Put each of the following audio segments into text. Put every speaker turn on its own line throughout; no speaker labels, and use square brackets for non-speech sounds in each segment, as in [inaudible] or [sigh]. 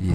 以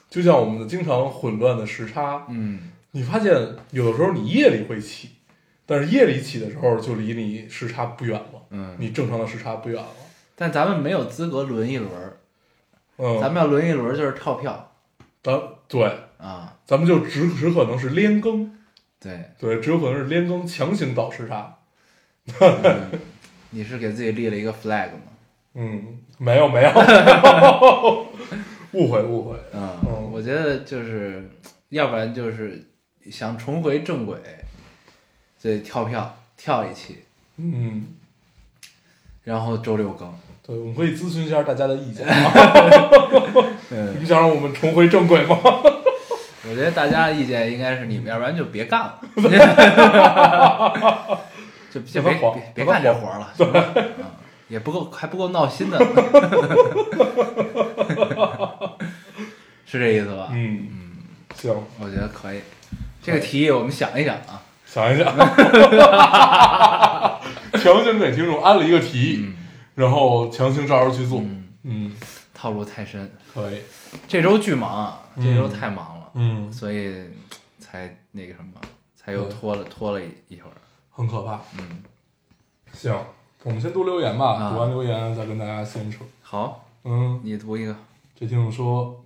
就像我们的经常混乱的时差，
嗯，
你发现有的时候你夜里会起，但是夜里起的时候就离你时差不远了，
嗯
你正常的时差不远了。
但咱们没有资格轮一轮儿，
嗯，
咱们要轮一轮儿就是套票
咱对，
啊。
咱们就只只可能是连更， [laughs]
对，
对，只有可能是连更强行倒时差。
嗯你是给自己立了一个 flag 吗？
嗯，没有没有， [laughs] 误会误会。
嗯，我觉得就是，要不然就是想重回正轨，所以跳票跳一期，
嗯，
然后周六更。
对，我们可以咨询一下大家的意见。你
嗯，
们想让我们重回正轨吗？
我觉得大家的意见应该是你们，要不然就别干
[laughs]
了，就就别
让他火
别别干这活了，行吧嗯也不够还不够闹心的 [laughs] 呢，是这意思吧？
嗯，行，
我觉得可以，这个提议我们想一想啊。
想一想， [laughs] 强行给听众安了一个提议，然后强行照着去做。
嗯
嗯，
套路太深，
可以。
这周巨忙啊，
嗯
这周太忙了，
嗯，
所以才那个什么，才又
对
拖了拖了一一会儿。
很可怕。
嗯，
行，我们先读留言吧，
啊
读完留言再跟大家闲扯。
好，
嗯，
你读一个。
这听众说，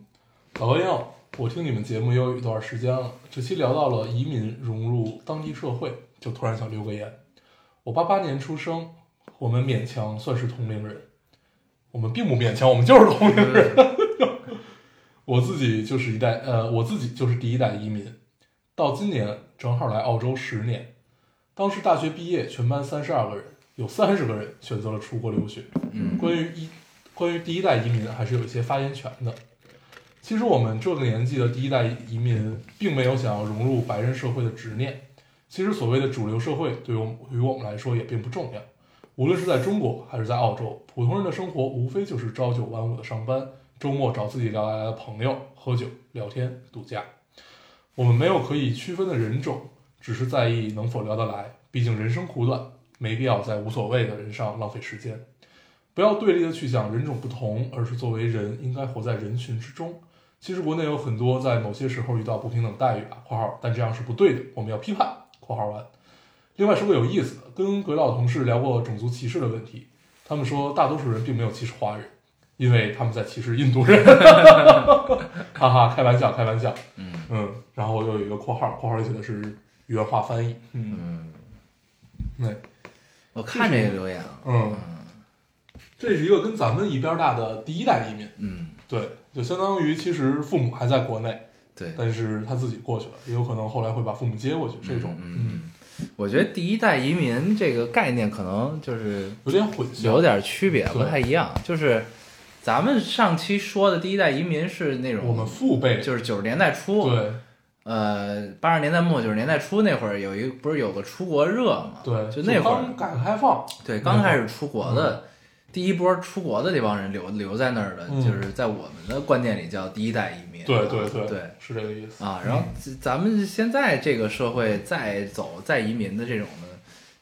老高要，我听你们节目也有一段时间了，这期聊到了移民融入当地社会，就突然想留个言。我八八年出生，我们勉强算是同龄人，我们并不勉强，我们就是同龄人。我自己就是一代，呃，我自己就是第一代移民，到今年正好来澳洲十年。当时大学毕业，全班三十二个人，有三十个人选择了出国留学。
嗯
关于一关于第一代移民还是有一些发言权的。其实我们这个年纪的第一代移民，并没有想要融入白人社会的执念。其实所谓的主流社会，对于我们对于我们来说也并不重要。无论是在中国还是在澳洲，普通人的生活无非就是朝九晚五的上班，周末找自己聊得来的朋友喝酒、聊天、度假。我们没有可以区分的人种，只是在意能否聊得来。毕竟人生苦短，没必要在无所谓的人上浪费时间。不要对立的去想人种不同，而是作为人应该活在人群之中。其实国内有很多在某些时候遇到不平等待遇啊（括号），但这样是不对的，我们要批判（括号完）。另外说个有意思的，跟鬼佬同事聊过种族歧视的问题，他们说大多数人并没有歧视华人，因为他们在歧视印度人。 [laughs] 哈哈，开玩笑，开玩笑。
嗯
嗯，然后又有一个括号，括号里写的是原话翻译。嗯，
嗯，
对，
我看这个留言啊了。
嗯，这是一个跟咱们一边大的第一代移民。
嗯，
对，就相当于其实父母还在国内，
对，
但是他自己过去了，也有可能后来会把父母接过去，这种
嗯，我觉得第一代移民这个概念可能就是
有点混
有
淆。
点区别，
对
不太一样。就是咱们上期说的第一代移民是那
我们
种，
父辈
就是九十年代初，
对
呃，八十年代末九十年代初那会儿，有一不是有个出国热嘛？
对，嗯
就那会儿
刚改革开放，
对，
那会儿
刚开始出国的、第一波出国的这帮人留留在那儿的，
嗯
就是在我们的观念里叫第一代移民。啊
对对对
对
是这个意思。
啊，然后咱咱们现在这个社会再走再移民的这种的，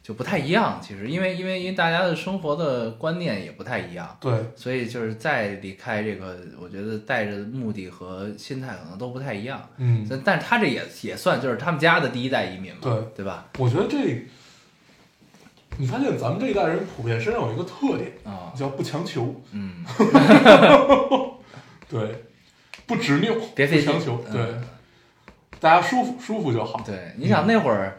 就不太一样。其实，因为因为因为大家的生活的观念也不太一样，
对，
所以就是再离开这个，我觉得带着目的和心态可能都不太一样。
嗯，
但但是他这也也算就是他们家的第一代移民嘛，
对
对吧？
我觉得这，你发现咱们这一代人普遍身上有一个特点，
啊、
叫不强求，
嗯，
对，不执拗，
别费劲
不强求，
嗯
对，大家舒服舒服就好，
对，你想那会儿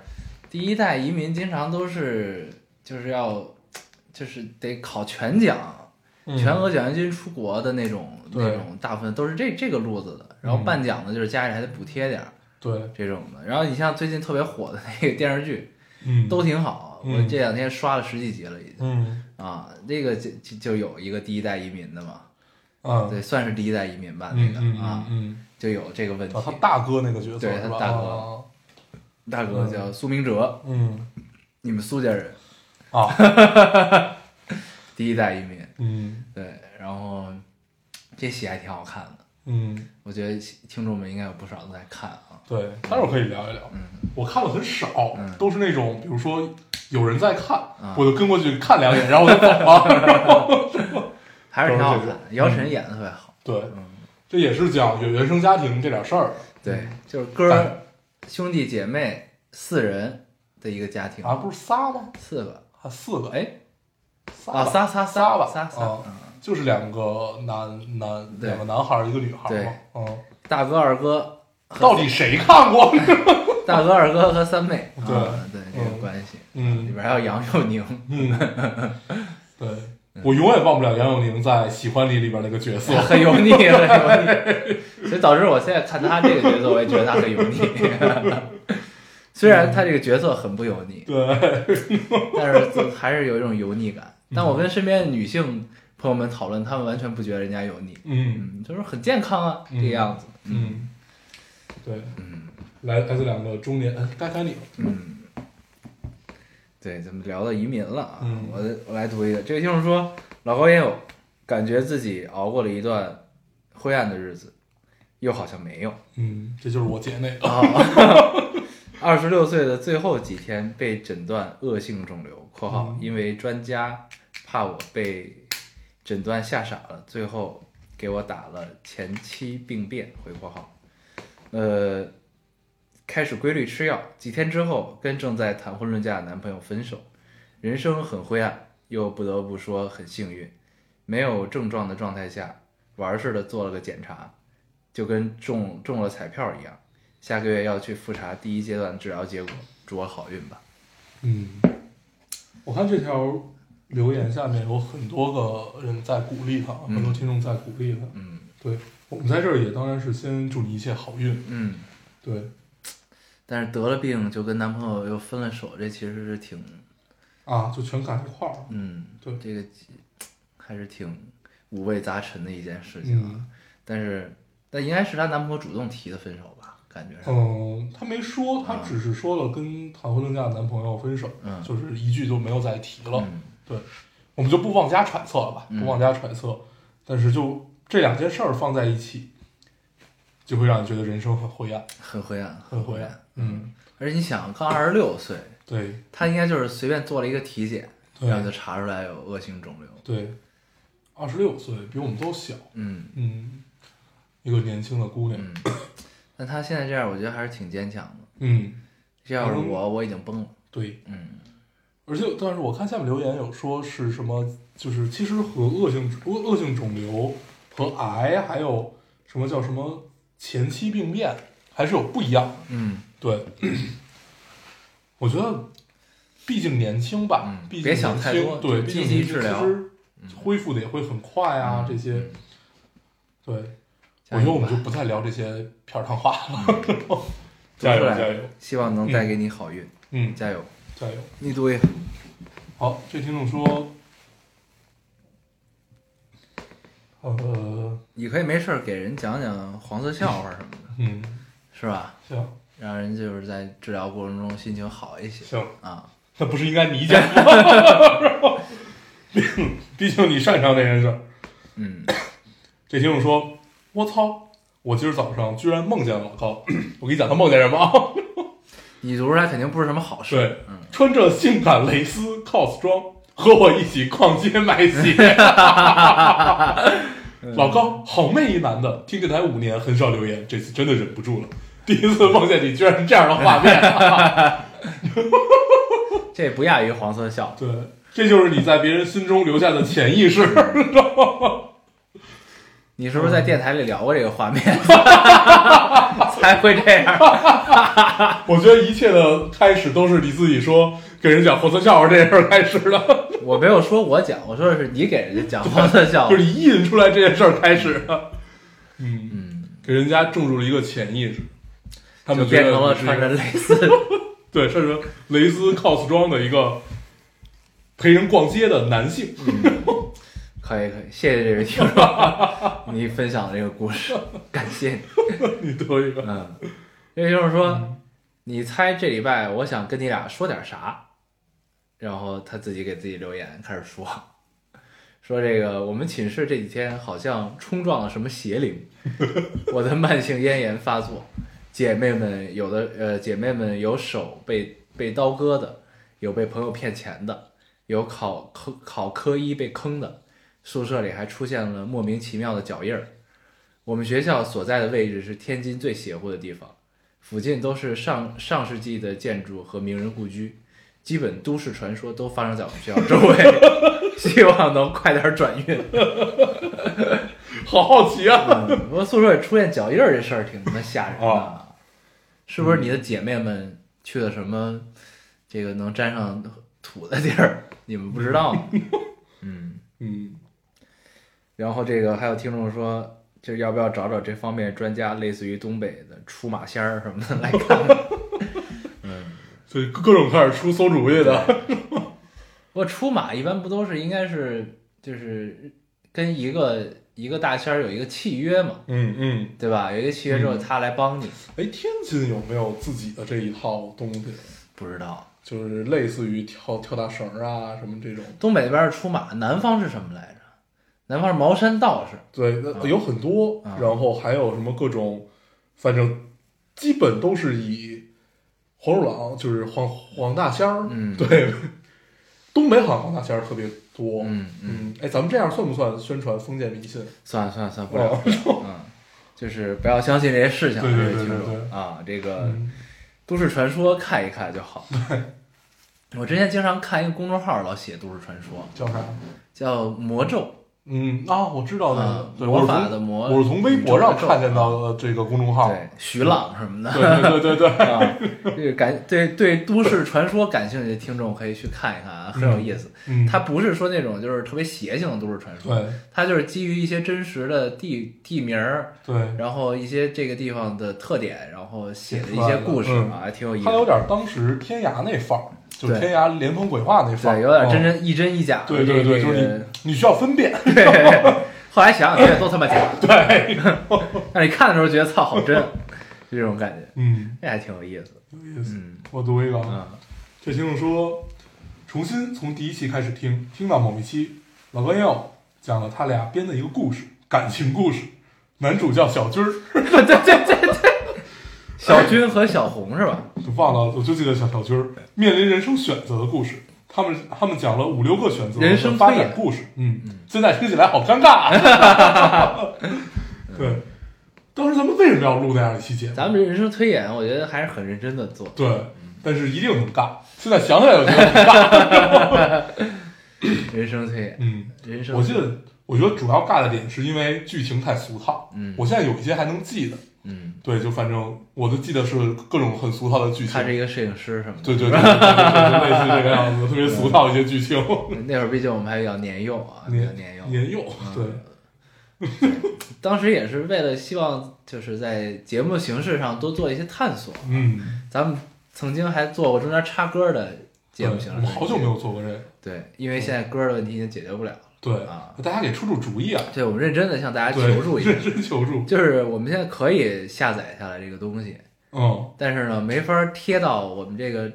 第一代移民经常都是就是要就是得考全奖，
嗯
全额奖学金出国的那种
对
那种，大部分都是这这个路子的。然后
嗯
半奖的，就是家里还得补贴点儿
对，
这种的。然后你像最近特别火的那个电视剧，
嗯，
都挺好，我
嗯
这两天刷了十几集了已经。
嗯
啊，那个就就就有一个第一代移民的嘛，
啊，
对，算是第一代移民吧，那
嗯
个
嗯嗯
啊，
嗯，
就有这个问题
啊，。他大哥那个角色
对
是吧？
他大哥
啊
大哥叫苏明哲，
嗯
你们苏家人，
啊，
[laughs] 第一代移民，
嗯
对，然后这戏还挺好看的，
嗯，
我觉得听众们应该有不少都在看啊，
对，待会儿可以聊一聊。
嗯，
我看的很少
嗯，
都是那种比如说有人在看
啊，
我就跟过去看两眼，然后我就走
[laughs]
了。
还是挺好看
都是
的。姚晨演的特别好。
对
嗯，
这也是讲有原生家庭这点事儿
对，就是哥
嗯哎
儿、兄弟姐妹四人的一个家庭，
啊，不是仨吗？
四个，
啊，四个，
哎，
仨
啊，
仨
仨仨
仨吧，
仨仨，
啊就是两个男男
对
两个男孩儿一个女孩儿嘛，嗯，
大哥、二哥和
到底谁看过？
大哥、二哥和三妹，
对
啊对这个
嗯
关系，里
嗯
边还有杨佑
[laughs]
宁， [laughs]
嗯， [laughs] 对我永远忘不了杨永宁在《喜欢你》里边那个角色，
很油腻，很油腻， [laughs] 所以导致我现在看他这个角色，我也觉得他很油腻。 [laughs] 虽然他这个角色很不油腻，
对，嗯
但是就还是有一种油腻感。但我跟身边的女性朋友们讨论，她们完全不觉得人家油腻，
嗯
嗯，就是很健康啊，这
嗯
个样子，
嗯，对，
嗯
来来自两个中年，哎该该你了，
嗯，对，咱们聊到移民了啊，
嗯
我我来读一个，这个听众说，老高也有感觉自己熬过了一段灰暗的日子，又好像没有。
嗯，这就是我姐那个，
啊，二十六岁的最后几天被诊断恶性肿瘤（括号
嗯
因为专家怕我被诊断吓傻了，最后给我打了前期病变）回括号，呃，开始规律吃药，几天之后跟正在谈婚论嫁的男朋友分手，人生很灰暗，又不得不说很幸运，没有症状的状态下玩儿似的做了个检查，就跟中中了彩票一样。下个月要去复查第一阶段治疗结果，祝我好运吧。
嗯，我看这条留言下面有很多个人在鼓励他，
嗯
很多听众在鼓励他，
嗯
对我们在这儿也当然是先祝你一切好运，
嗯，
对
但是得了病就跟男朋友又分了手，这其实是挺
啊，就全赶一块儿了，
嗯，
对
这个还是挺五味杂陈的一件事情啊。
嗯
但是但应该是她男朋友主动提的分手吧，感觉上。
嗯，他没说，他只是说了跟谈婚论嫁的男朋友分手，
嗯
就是一句就没有再提了。
嗯
对，我们就不妄加揣测了吧，
嗯
不妄加揣测，但是就这两件事儿放在一起，就会让你觉得人生很灰暗，
很灰暗，
很
灰
灰暗。。嗯，
而且你想，刚二十六岁，
对
她应该就是随便做了一个体检，然后就
对
查出来有恶性肿瘤。
对，二十六岁比我们都小，
嗯
嗯，一个年轻的姑娘，
嗯，但她现在这样，我觉得还是挺坚强的。
嗯，
这要是
嗯
我，我已经崩了。
对，
嗯
而且但是我看下面留言有说是什么，就是其实和恶性恶恶性肿瘤和癌还有什么叫什么前期病变还是有不一样的。
嗯
对， [clears throat] 我觉得毕竟年轻吧，
嗯
毕竟
别想
年
太
轻
多
对，
就
毕竟
积极
年轻
治疗
其实恢复的也会很快啊，这些
嗯
对。
加
我觉得
油
我们
吧嗯
就不再聊这些片儿汤话了，
读出
[laughs] 加油
来
加油，
希望能带给你好运，
嗯，
加油！
加油。
你读一个，
好，这听众说，呃，
你可以没事儿给人讲讲黄色笑话什么的，
嗯，
是吧？
行
让人就是在治疗过程中心情好一些
行，
啊。
那不是应该你讲吗？ [laughs] 毕竟你擅长这件事儿。
嗯
这听众说， [clears throat] 我操，我今儿早上居然梦见老高，我给你讲他梦见什么啊？
你读出来肯定不是什么好事。
[laughs] 对
嗯，
穿着性感蕾丝 cos 装，和我一起逛街买鞋。 [laughs] 老高，好妹一男的，听电台五年，很少留言，这次真的忍不住了。第一次梦见你，居然是这样的画面。 [laughs]
这也不亚于黄色笑。
对，这就是你在别人心中留下的潜意识。 [laughs]
你是不是
嗯
在电台里聊过这个画面， [laughs] 才会这样？
我觉得一切的开始都是你自己说给人讲黄色笑话这件事儿开始的，
我没有说我讲，我说的是你给人家讲黄色笑话
就是。你意淫出来这件事儿开始的。嗯，
嗯，
给人家种入了一个潜意识，他
就
们觉
变
得
成了
你是
穿着蕾丝。
对，穿着蕾丝 cos 装的一个陪人逛街的男性。
可以可以，谢谢这位听众，你分享这个故事，感谢你。
[laughs] 你读一个，
嗯，也就是说，你猜这礼拜我想跟你俩说点啥，然后他自己给自己留言开始说， [laughs] 说这个我们寝室这几天好像冲撞了什么邪灵，我的慢性咽炎发作，姐妹们有的呃姐妹们有手被被刀割的，有被朋友骗钱的，有考科考科一被坑的，宿舍里还出现了莫名其妙的脚印儿。我们学校所在的位置是天津最邪乎的地方，附近都是上上世纪的建筑和名人故居，基本都市传说都发生在我们学校周围， [laughs] 希望能快点转运。
好好奇啊！
嗯不过宿舍里出现脚印儿这事儿挺他妈吓人的，哦啊嗯是不是？你的姐妹们去了什么这个能沾上土的地儿，你们不知道吗？嗯。
嗯，
[laughs] 然后这个还有听众说，就是要不要找找这方面专家，类似于东北的出马仙儿什么的来看看。
所以各种开始出馊主意的。
不过出马一般不都是应该是就是跟一个一个大仙儿有一个契约嘛，
嗯嗯，
对吧？有一个契约之后，
嗯
他来帮你。
哎，天津有没有自己的这一套东西？
不知道
就是类似于跳跳大绳儿啊什么这种。
东北那边是出马，南方是什么来着？南方是茅山道士。
对，那
啊
有很多，
啊
然后还有什么各种，反正基本都是以黄鼠狼，就是黄黄大仙儿，
嗯
[laughs] 对，东北好像黄大仙儿特别多，
嗯嗯，
嗯，哎，咱们这样算不算宣传封建迷信？
算了算了算了，不聊
哦
了。嗯，就是不要相信这些事情啊，
对对
这位
对
听众
对对
啊，这个。
嗯，
都市传说看一看就好。 [laughs] 我之前经常看一个公众号，老写都市传说，
叫啥？
叫魔咒，
嗯啊，我知道那个
啊，
对，
魔
我是
法
从
的魔
我是从微博上看见
宇宙的啊
到的这个公众号，
对，徐朗什么的。
对对对对对，
[laughs] 啊，这个感对对都市传说感兴趣的听众可以去看一看啊，很有意思。
嗯，
它不是说那种就是特别邪性的都市传说，
对
它就是基于一些真实的地地名儿，
对，
然后一些这个地方的特点，然后写的一
写出
些
来的
故事
嗯
啊，还挺有意思
他。有点当时天涯那范儿，就是
对
天涯连峰鬼话那范儿，
对，有点
嗯
真真一真一假的这
对
个。
对对，就是你，你需要分辨。 [laughs]
对，后来想想觉得都他妈假的，
对，
让你看的时候觉得操好真，啊就这种感觉，
嗯，
这还挺有意思。
有意思。
嗯
我读一个，啊，
啊
这听众说，重新从第一期开始听，听到某一期，老关耀讲了他俩编的一个故事，感情故事，男主叫小军儿，
小军和小红是吧？
就忘了，我就记得小小军儿面临人生选择的故事。他们他们讲了五六个选择
人生
发
推
展
演
故事，嗯，现在听起来好尴尬、啊。 [laughs] 对，当时咱们为什么要录那样的一期节目？
咱们人生推演，我觉得还是很认真的做。
对，但是一定很尬。现在想起来就觉得很
[laughs]
尬。
人生推演，
嗯，
人生，
我记得，我觉得主要尬的点是因为剧情太俗套。
嗯
我现在有一些还能记得。
嗯，
对，就反正我都记得是各种很俗套的剧情
他。是一个摄影师什么的。
对对对对对，对类似这个样子，特别俗套一些
[laughs]
剧情。
那会儿毕竟我们还比较年幼啊，比较
年
年幼。
年幼，
嗯
对，
[laughs] 当时也是为了希望就是在节目形式上多做一些探索。
嗯，
咱们曾经还做过中间插歌的节目
对
形
我
式，
们好久没有做嗯过这个。
对，因为现在歌的问题已经解决不了了。
对
啊，
大家给出出主意啊！
对，我们认真的向大家
对
求助一下，
认真求助。
就是我们现在可以下载下来这个东西，
嗯，
但是呢，没法贴到我们这个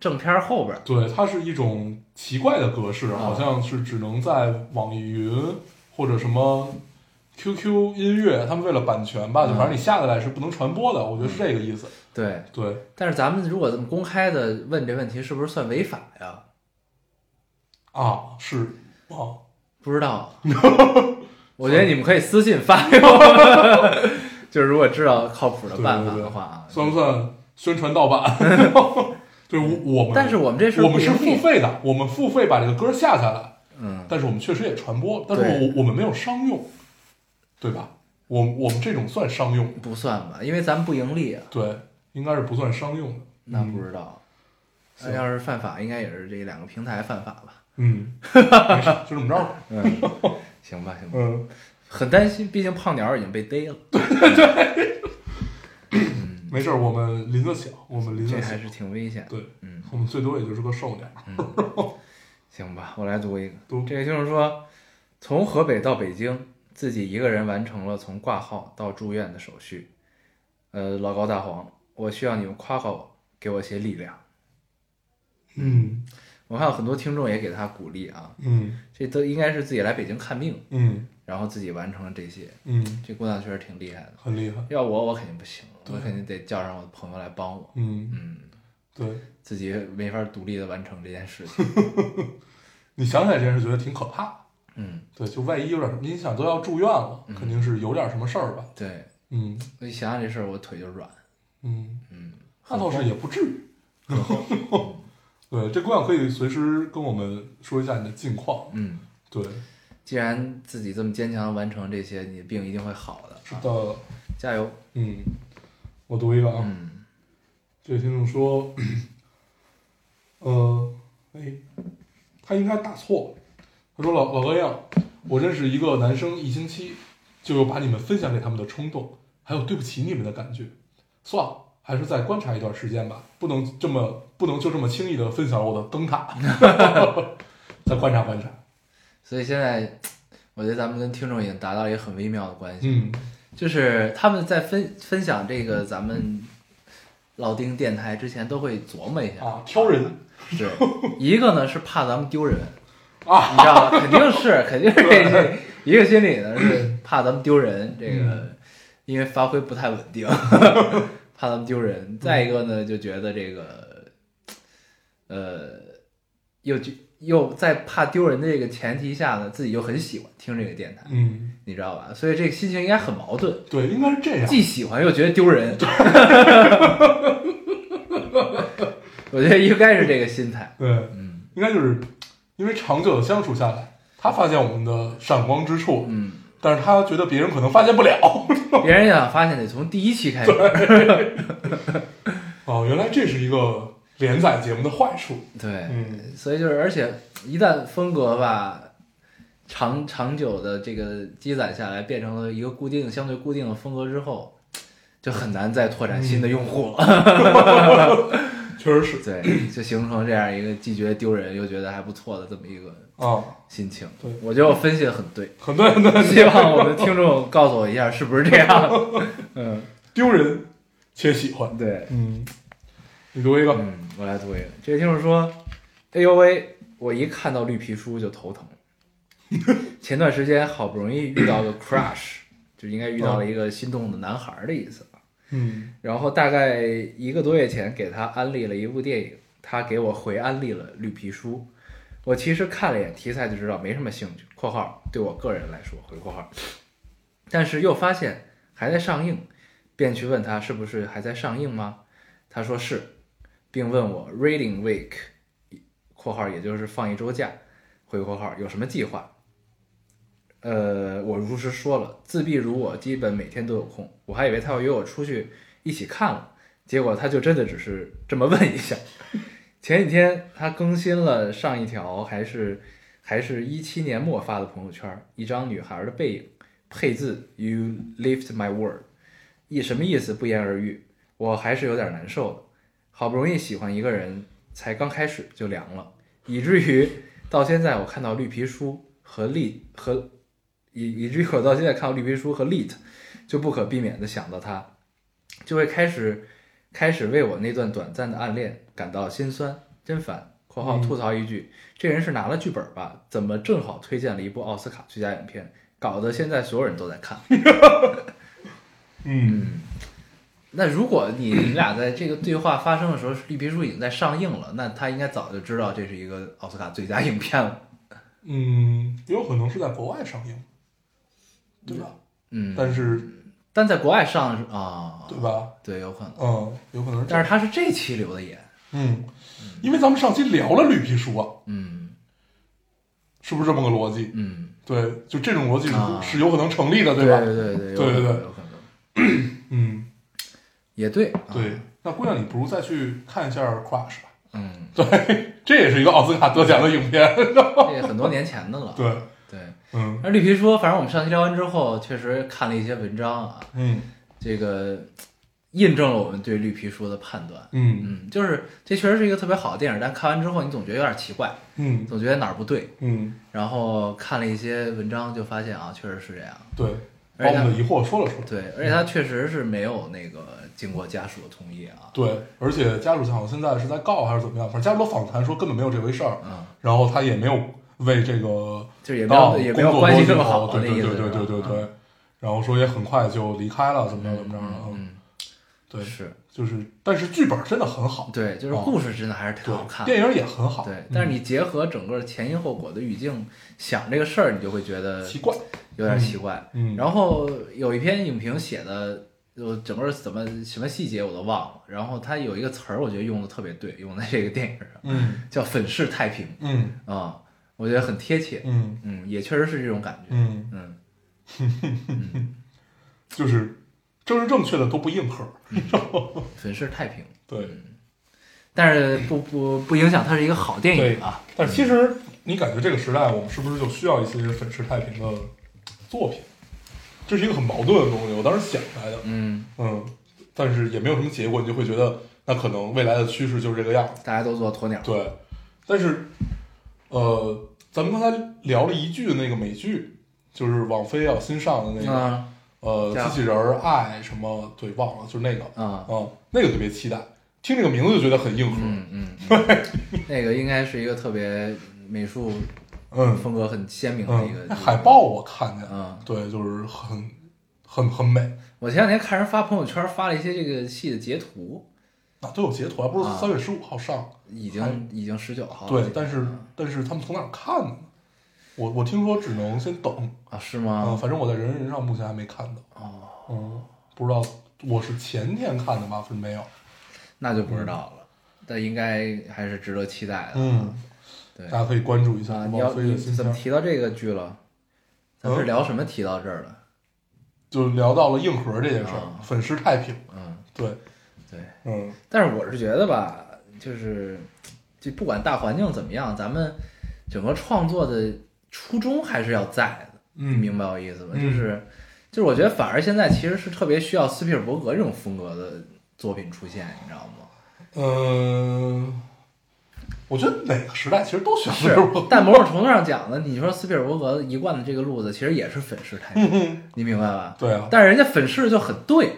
正片后边儿。
对，它是一种奇怪的格式，
啊
好像是只能在网易云或者什么 QQ 音乐，他们为了版权
嗯
吧，就反正你下得来是不能传播的，我觉得是这个意思。
对，
对，
但是咱们如果这么公开的问这问题，是不是算违法呀？
啊，是啊，
不知
[laughs]
道，我觉得你们可以私信发 [laughs] 给我们，就是如果知道靠谱的办法的话啊。
算不算宣传盗
[laughs]
版？对，我我们
但是我们这事儿
我们是
不盈利啊
付费的，我们付费把这个歌下下来，
嗯，
但是我们确实也传播，但是
对
我我们没有商用，对吧？我我们这种算商用，
不算吧，因为咱们不盈利啊，
对，应该是不算商用的。
那不知道。啊那
行
要是犯法，应该也是这两个平台犯法吧？
嗯， [laughs] 没
[laughs]
事，就这么着吧。
嗯，行吧，行吧。
嗯，
很担心，毕竟胖鸟已经被逮了，
没事儿，我们林子小，我们林
这
子
还
小，
是挺危险。
对，
嗯，
我们最多也就是个瘦点儿。
行吧，我来读一个。
读
这个就是说，从河北到北京，自己一个人完成了从挂号到住院的手续。呃，老高大黄，我需要你们夸夸我，给我些力量。
嗯
我看有很多听众也给他鼓励啊，
嗯
这都应该是自己来北京看病，
嗯
然后自己完成了这些。
嗯，
这姑娘确实挺厉害的，
很厉害。
要我我肯定不行，我
对
肯定得叫上我的朋友来帮我。
嗯，
嗯，
对
自己没法独立的完成这件事情。
你想起来这件事，觉得挺可怕的。
嗯，
对，就万一有点什么，你想都要住院了，肯定是有点什么事儿吧？
对，
嗯
我一想想这事儿，我腿就软。
嗯，
嗯，
那倒是也不至于。
很厚。
[laughs] 对，这姑娘可以随时跟我们说一下你的近况。
嗯，
对，
既然自己这么坚强地完成这些，你的病一定会好的。
是
啊
的，
加油！
嗯，我读一个啊，
嗯
这位听众说，呃，哎，他应该打错了。他说老老哥样，我认识一个男生一星期，就有把你们分享给他们的冲动，还有对不起你们的感觉。算了，还是再观察一段时间吧，不能这么不能就这么轻易的分享我的灯塔。 [laughs] 再观察观察，
所以现在我觉得咱们跟听众已经达到一个很微妙的关系，
嗯
就是他们在分分享这个咱们老丁电台之前都会琢磨一下。
啊，挑人
是 [laughs] 一个呢是怕咱们丢人，
啊，
你知道吧？肯定是
[laughs]
肯定是这这一个心理呢是怕咱们丢人，这
嗯
个因为发挥不太稳
[laughs]
定，怕咱们丢人。再一个呢，就觉得这个，呃，又觉又在怕丢人的这个前提下呢，自己又很喜欢听这个电台，
嗯，
你知道吧？所以这个心情应该很矛盾，
对，应该是这样，
既喜欢又觉得丢
[laughs]
人。我觉得应该是这个心态，
对，
嗯
应该就是因为长久的相处下来，他发现我们的闪光之处，
嗯。
但是他觉得别人可能发现不了。
[laughs]
[laughs]
别人要想发现得从第一期开始。
哦，原来这是一个连载节目的坏处。
对，
嗯
所以就是，而且一旦风格吧，长长久的这个积攒下来，变成了一个固定、相对固定的风格之后，就很难再拓展新的用户了。
确实是
对，就形成这样一个既觉得丢人又觉得还不错的这么一个
啊，
心情。
对
我觉得我分析的很对，
很多很多
希望我们听众告诉我一下是不是这样。嗯，
丢人且喜欢。
对。
嗯，你读一个。
嗯，我来读一个。这个听众说：“哎呦喂，我一看到绿皮书就头疼。前段时间好不容易遇到个 crush，就应该遇到了一个心动的男孩儿的意思吧。
嗯
然后大概一个多月前给他安利了一部电影，他给我回安利了绿皮书。我其实看了一眼题材就知道没什么兴趣（括号对我个人来说，回括号），但是又发现还在上映，便去问他是不是还在上映吗？他说是，并问我 Reading Week（括号也就是放一周假）回括号有什么计划？呃，我如实说了，自闭如我，基本每天都有空。我还以为他要约我出去一起看了，结果他就真的只是这么问一下。 [laughs] 前几天他更新了上一条还是还是一七年末发的朋友圈，一张女孩的背影，配字 “You lift my world”，意什么意思不言而喻，我还是有点难受的。好不容易喜欢一个人，才刚开始就凉了，以至于到现在我看到绿皮书和 lit 和以以至于我到现在看到绿皮书和 lit，就不可避免的想到他，就会开始开始为我那段短暂的暗恋感到心酸，真烦。（括号
嗯
吐槽一句，这人是拿了剧本吧？怎么正好推荐了一部奥斯卡最佳影片，搞得现在所有人都在看。
嗯，
嗯，那如果你你俩在这个对话发生的时候，绿皮书已经在上映了，那他应该早就知道这是一个奥斯卡最佳影片了。
嗯，也有可能是在国外上映，对吧？
嗯，
但是
但在国外上是啊，
对吧？
对，有可能。
嗯，有可能是这
但
样。
是他是这期留的言，
嗯，因为咱们上期聊了绿皮书啊，
嗯
是不是这么个逻辑？
嗯，
对，就这种逻辑是、
啊
是有可能成立的，
对
吧？
对对
对
有可能
对
有可能，
嗯，
也对，啊
对。那姑娘，你不如再去看一下《Crush》吧。 [laughs]
嗯，
对，这也是一个奥斯卡得奖的影片。
这很多年前的了，
[laughs] 对，
对。
嗯
而绿皮说，反正我们上期聊完之后，确实看了一些文章啊，
嗯
这个印证了我们对绿皮书的判断。
嗯
嗯，就是这确实是一个特别好的电影，但看完之后你总觉得有点奇怪，
嗯
总觉得哪儿不对。
嗯，
然后看了一些文章，就发现啊，确实是这样。
对，把
而且
我
它
们的疑惑说了出来。
对，而且它确实是没有那个经过家属的同意啊。
对，而且家属好像现在是在告还是怎么样？反正家属都访谈说根本没有这回事儿，
嗯，
然后他也没有为这个
就是也没
到
有
工
也没
作
有
多
关系
久
这么好，
哦对
那意
对
思
对对对对
是吧嗯
对。然后说也很快就离开了，怎么样怎么着的，嗯，
嗯，
对，
是
就是，但是剧本真的很好，
对，就是
哦
故事真的还是挺
对
好，看的。
电影也很好，嗯
对，但是你结合整个前因后果的语境想这个事儿，你就会觉得
嗯奇怪，
有点奇怪。
嗯，
然后有一篇影评写的，就整个怎么什么细节我都忘了。然后他有一个词儿，我觉得用的特别对，用在这个电影上，
嗯
叫“粉饰太平
嗯”
啊、我觉得很贴切。
嗯
嗯，也确实是这种感觉。
嗯，
嗯，
就是政治正确的都不硬核，
粉饰太平，
对，
但是不不不影响它是一个好电影啊。
但是其实你感觉这个时代，我们是不是就需要一些粉饰太平的作品？这是一个很矛盾的东西，我当时想来的，
嗯，
嗯，但是也没有什么结果，你就会觉得那可能未来的趋势就是这个样子。
大家都做鸵鸟。
对，但是，呃，咱们刚才聊了一句的那个美剧，就是网飞要新上的那个，
啊
呃，
叫
机器人儿爱什么？对，忘了，就是那个，
啊，
嗯，那个特别期待，听这个名字就觉得很硬核，
嗯嗯，嗯
[laughs]
那个应该是一个特别美术
嗯
风格很鲜明的一个
嗯，那海报。我看见，
嗯，
对，就是很很很美，
我前两天看人发朋友圈发了一些这个戏的截图，
那都有截图，还不是
啊哦
三月十五号上？
已
还
经已经十九号了。
对，但是
嗯
但是他们从哪儿看的呢？我我听说只能先等，
啊，是
嗯，
吗？
反正我在人人上目前还没看到。
哦，
嗯，不知道，我是前天看的吧，是没有。
那就不知道了，但应该还是值得期待的。
嗯，
对
大家可以关注一下
啊，你要
王菲
你
的新
怎么
片，
提到这个剧了？咱们是
嗯
聊什么提到这儿了？
就聊到了硬核这件事儿
啊，
粉饰太平。
嗯，
对，
对。
嗯
但是我是觉得吧，就是就不管大环境怎么样，咱们整个创作的初衷还是要在的。
嗯，
明白我意思吗？
嗯
就是就是，我觉得反而现在其实是特别需要斯皮尔伯格这种风格的作品出现，你知道吗？
嗯，我觉得哪个时代其实都需要
是
这种，
但某种程度上讲呢，你说斯皮尔伯格一贯的这个路子，其实也是粉饰太
嗯
平，你明白吧？
对啊，
但是人家粉饰就很对，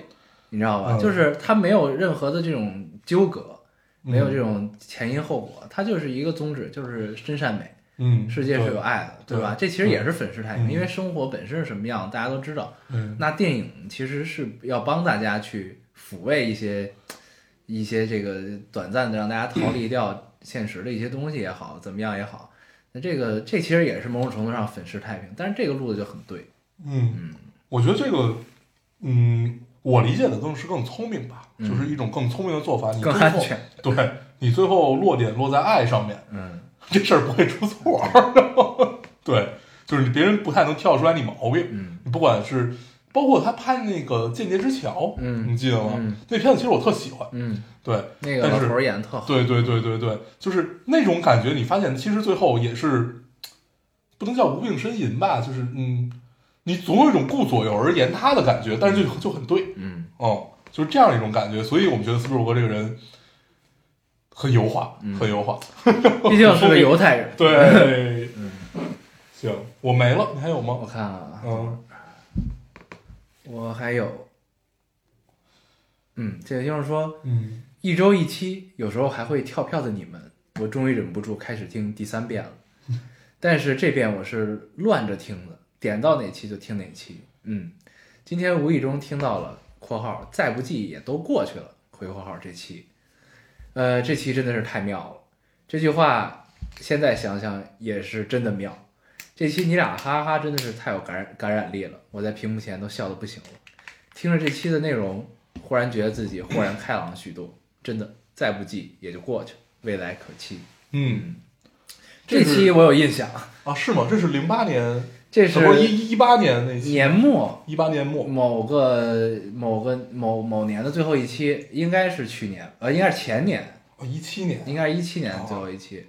你知道吧？
嗯
就是他没有任何的这种纠葛，没有
嗯
这种前因后果，他就是一个宗旨，就是真善美。
嗯，
世界是有
对，
爱的，
对
吧？这其实也是粉饰太平，
嗯
因为生活本身是什么样，大家都知道。
嗯
那电影其实是要帮大家去抚慰一些一些这个短暂的让大家逃离掉现实的一些东西也好，怎么样也好。那这个这其实也是某种程度上粉饰太平，但是这个路子就很对。
嗯，我觉得这个，嗯，我理解的更是更聪明吧，
嗯
就是一种更聪明的做法，你
更
最
安
后
全，
对你最后落点落在爱上面。
嗯，
这事儿不会出错儿。 [laughs] 对，就是你别人不太能挑出来你毛病。
嗯，
你不管是包括他拍那个《间谍之桥》，
嗯
你记得吗？
嗯
那片子其实我特喜欢。
嗯，
对，
那个
但
老
是
头儿演的特好。
对对对对对，就是那种感觉。你发现其实最后也是不能叫无病呻吟吧，就是嗯，你总有一种顾左右而言他的感觉，但是就就很对， [laughs]
嗯
嗯，就是这样一种感觉。所以我们觉得斯皮尔伯格这个人很油滑，
嗯哎
很油滑。
毕竟是个犹太人。
对，行，我没了，你还有
我
吗？
看啊，
嗯，
我还有，嗯，这个就是说，
嗯，
一周一期，有时候还会跳票的你们，我终于忍不住开始听第三遍了。但是这遍我是乱着听的，点到哪期就听哪期。嗯，今天无意中听到了（括号再不济也都过去了）回括号这期，呃，这期真的是太妙了。这句话现在想想也是真的妙。这期你俩哈哈真的是太有感染感染力了，我在屏幕前都笑得不行了。听着这期的内容，忽然觉得自己豁然开朗了许多，真的，再不济也就过去了，未来可期。
嗯，
这
是
期我有印象，
啊是吗？这是零八年，
这
不是
是
一一八年那期，
年末
一八年末，
某个某个某某年的最后一期，应该是去年，呃，应该是前年，
哦一七年，
应该是一七年最后一期。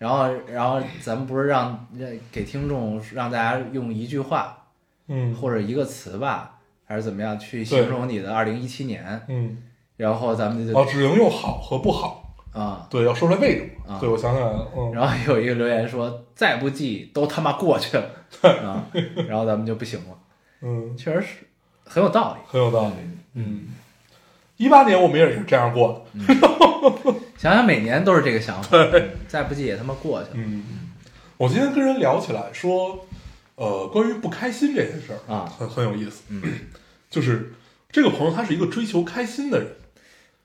然后，然后咱们不是让让给听众让大家用一句话
嗯
或者一个词吧，还是怎么样去形容你的二零一七年？
嗯，
然后咱们就
哦，只能用好和不好，
啊、
对，要说出来为什么？
啊
对，我想起来了，嗯，
然后有一个留言说：“再不济都他妈过去了
[laughs]
啊！”然后咱们就不行了，
嗯，
确实是很有道理。
很有道理，嗯，一八年我们也是这样过的，
想想每年都是这个想法，嗯再不济也他妈过去了
嗯，我今天跟人聊起来说，呃，关于不开心这件事儿
啊嗯
很很有意思，就是这个朋友他是一个追求开心的人，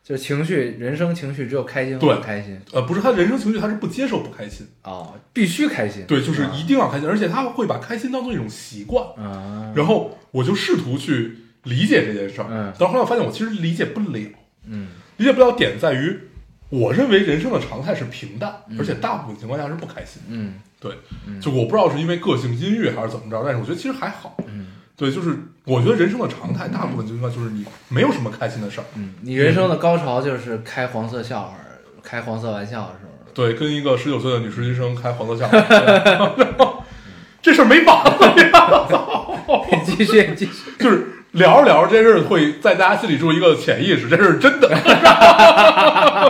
就情绪，人生情绪只有开心
对
和不开心
呃，不是他人生情绪他是不接受不开心，
哦，必须开心。
对，就是一定要开心，而且他会把开心当做一种习惯，
啊，
然后我就试图去理解这件事儿，
嗯
但后来我发现我其实理解不了，
嗯
理解不了点在于，我认为人生的常态是平淡，而且大部分情况下是不开心。
嗯
对，就我不知道是因为个性阴郁还是怎么着，但是我觉得其实还好。
嗯
对，就是我觉得人生的常态，大部分情况就是你没有什么开心的事儿，
嗯，你人生的高潮就是开黄色笑话，开黄色玩笑的时候，
对，跟一个十九岁的女实习生开黄色笑话，然
嗯
后这事儿没完了呀， [laughs]
继续继续。
[laughs] 就是聊着聊着这事儿会在大家心里住一个潜意识，这是真的。
[laughs]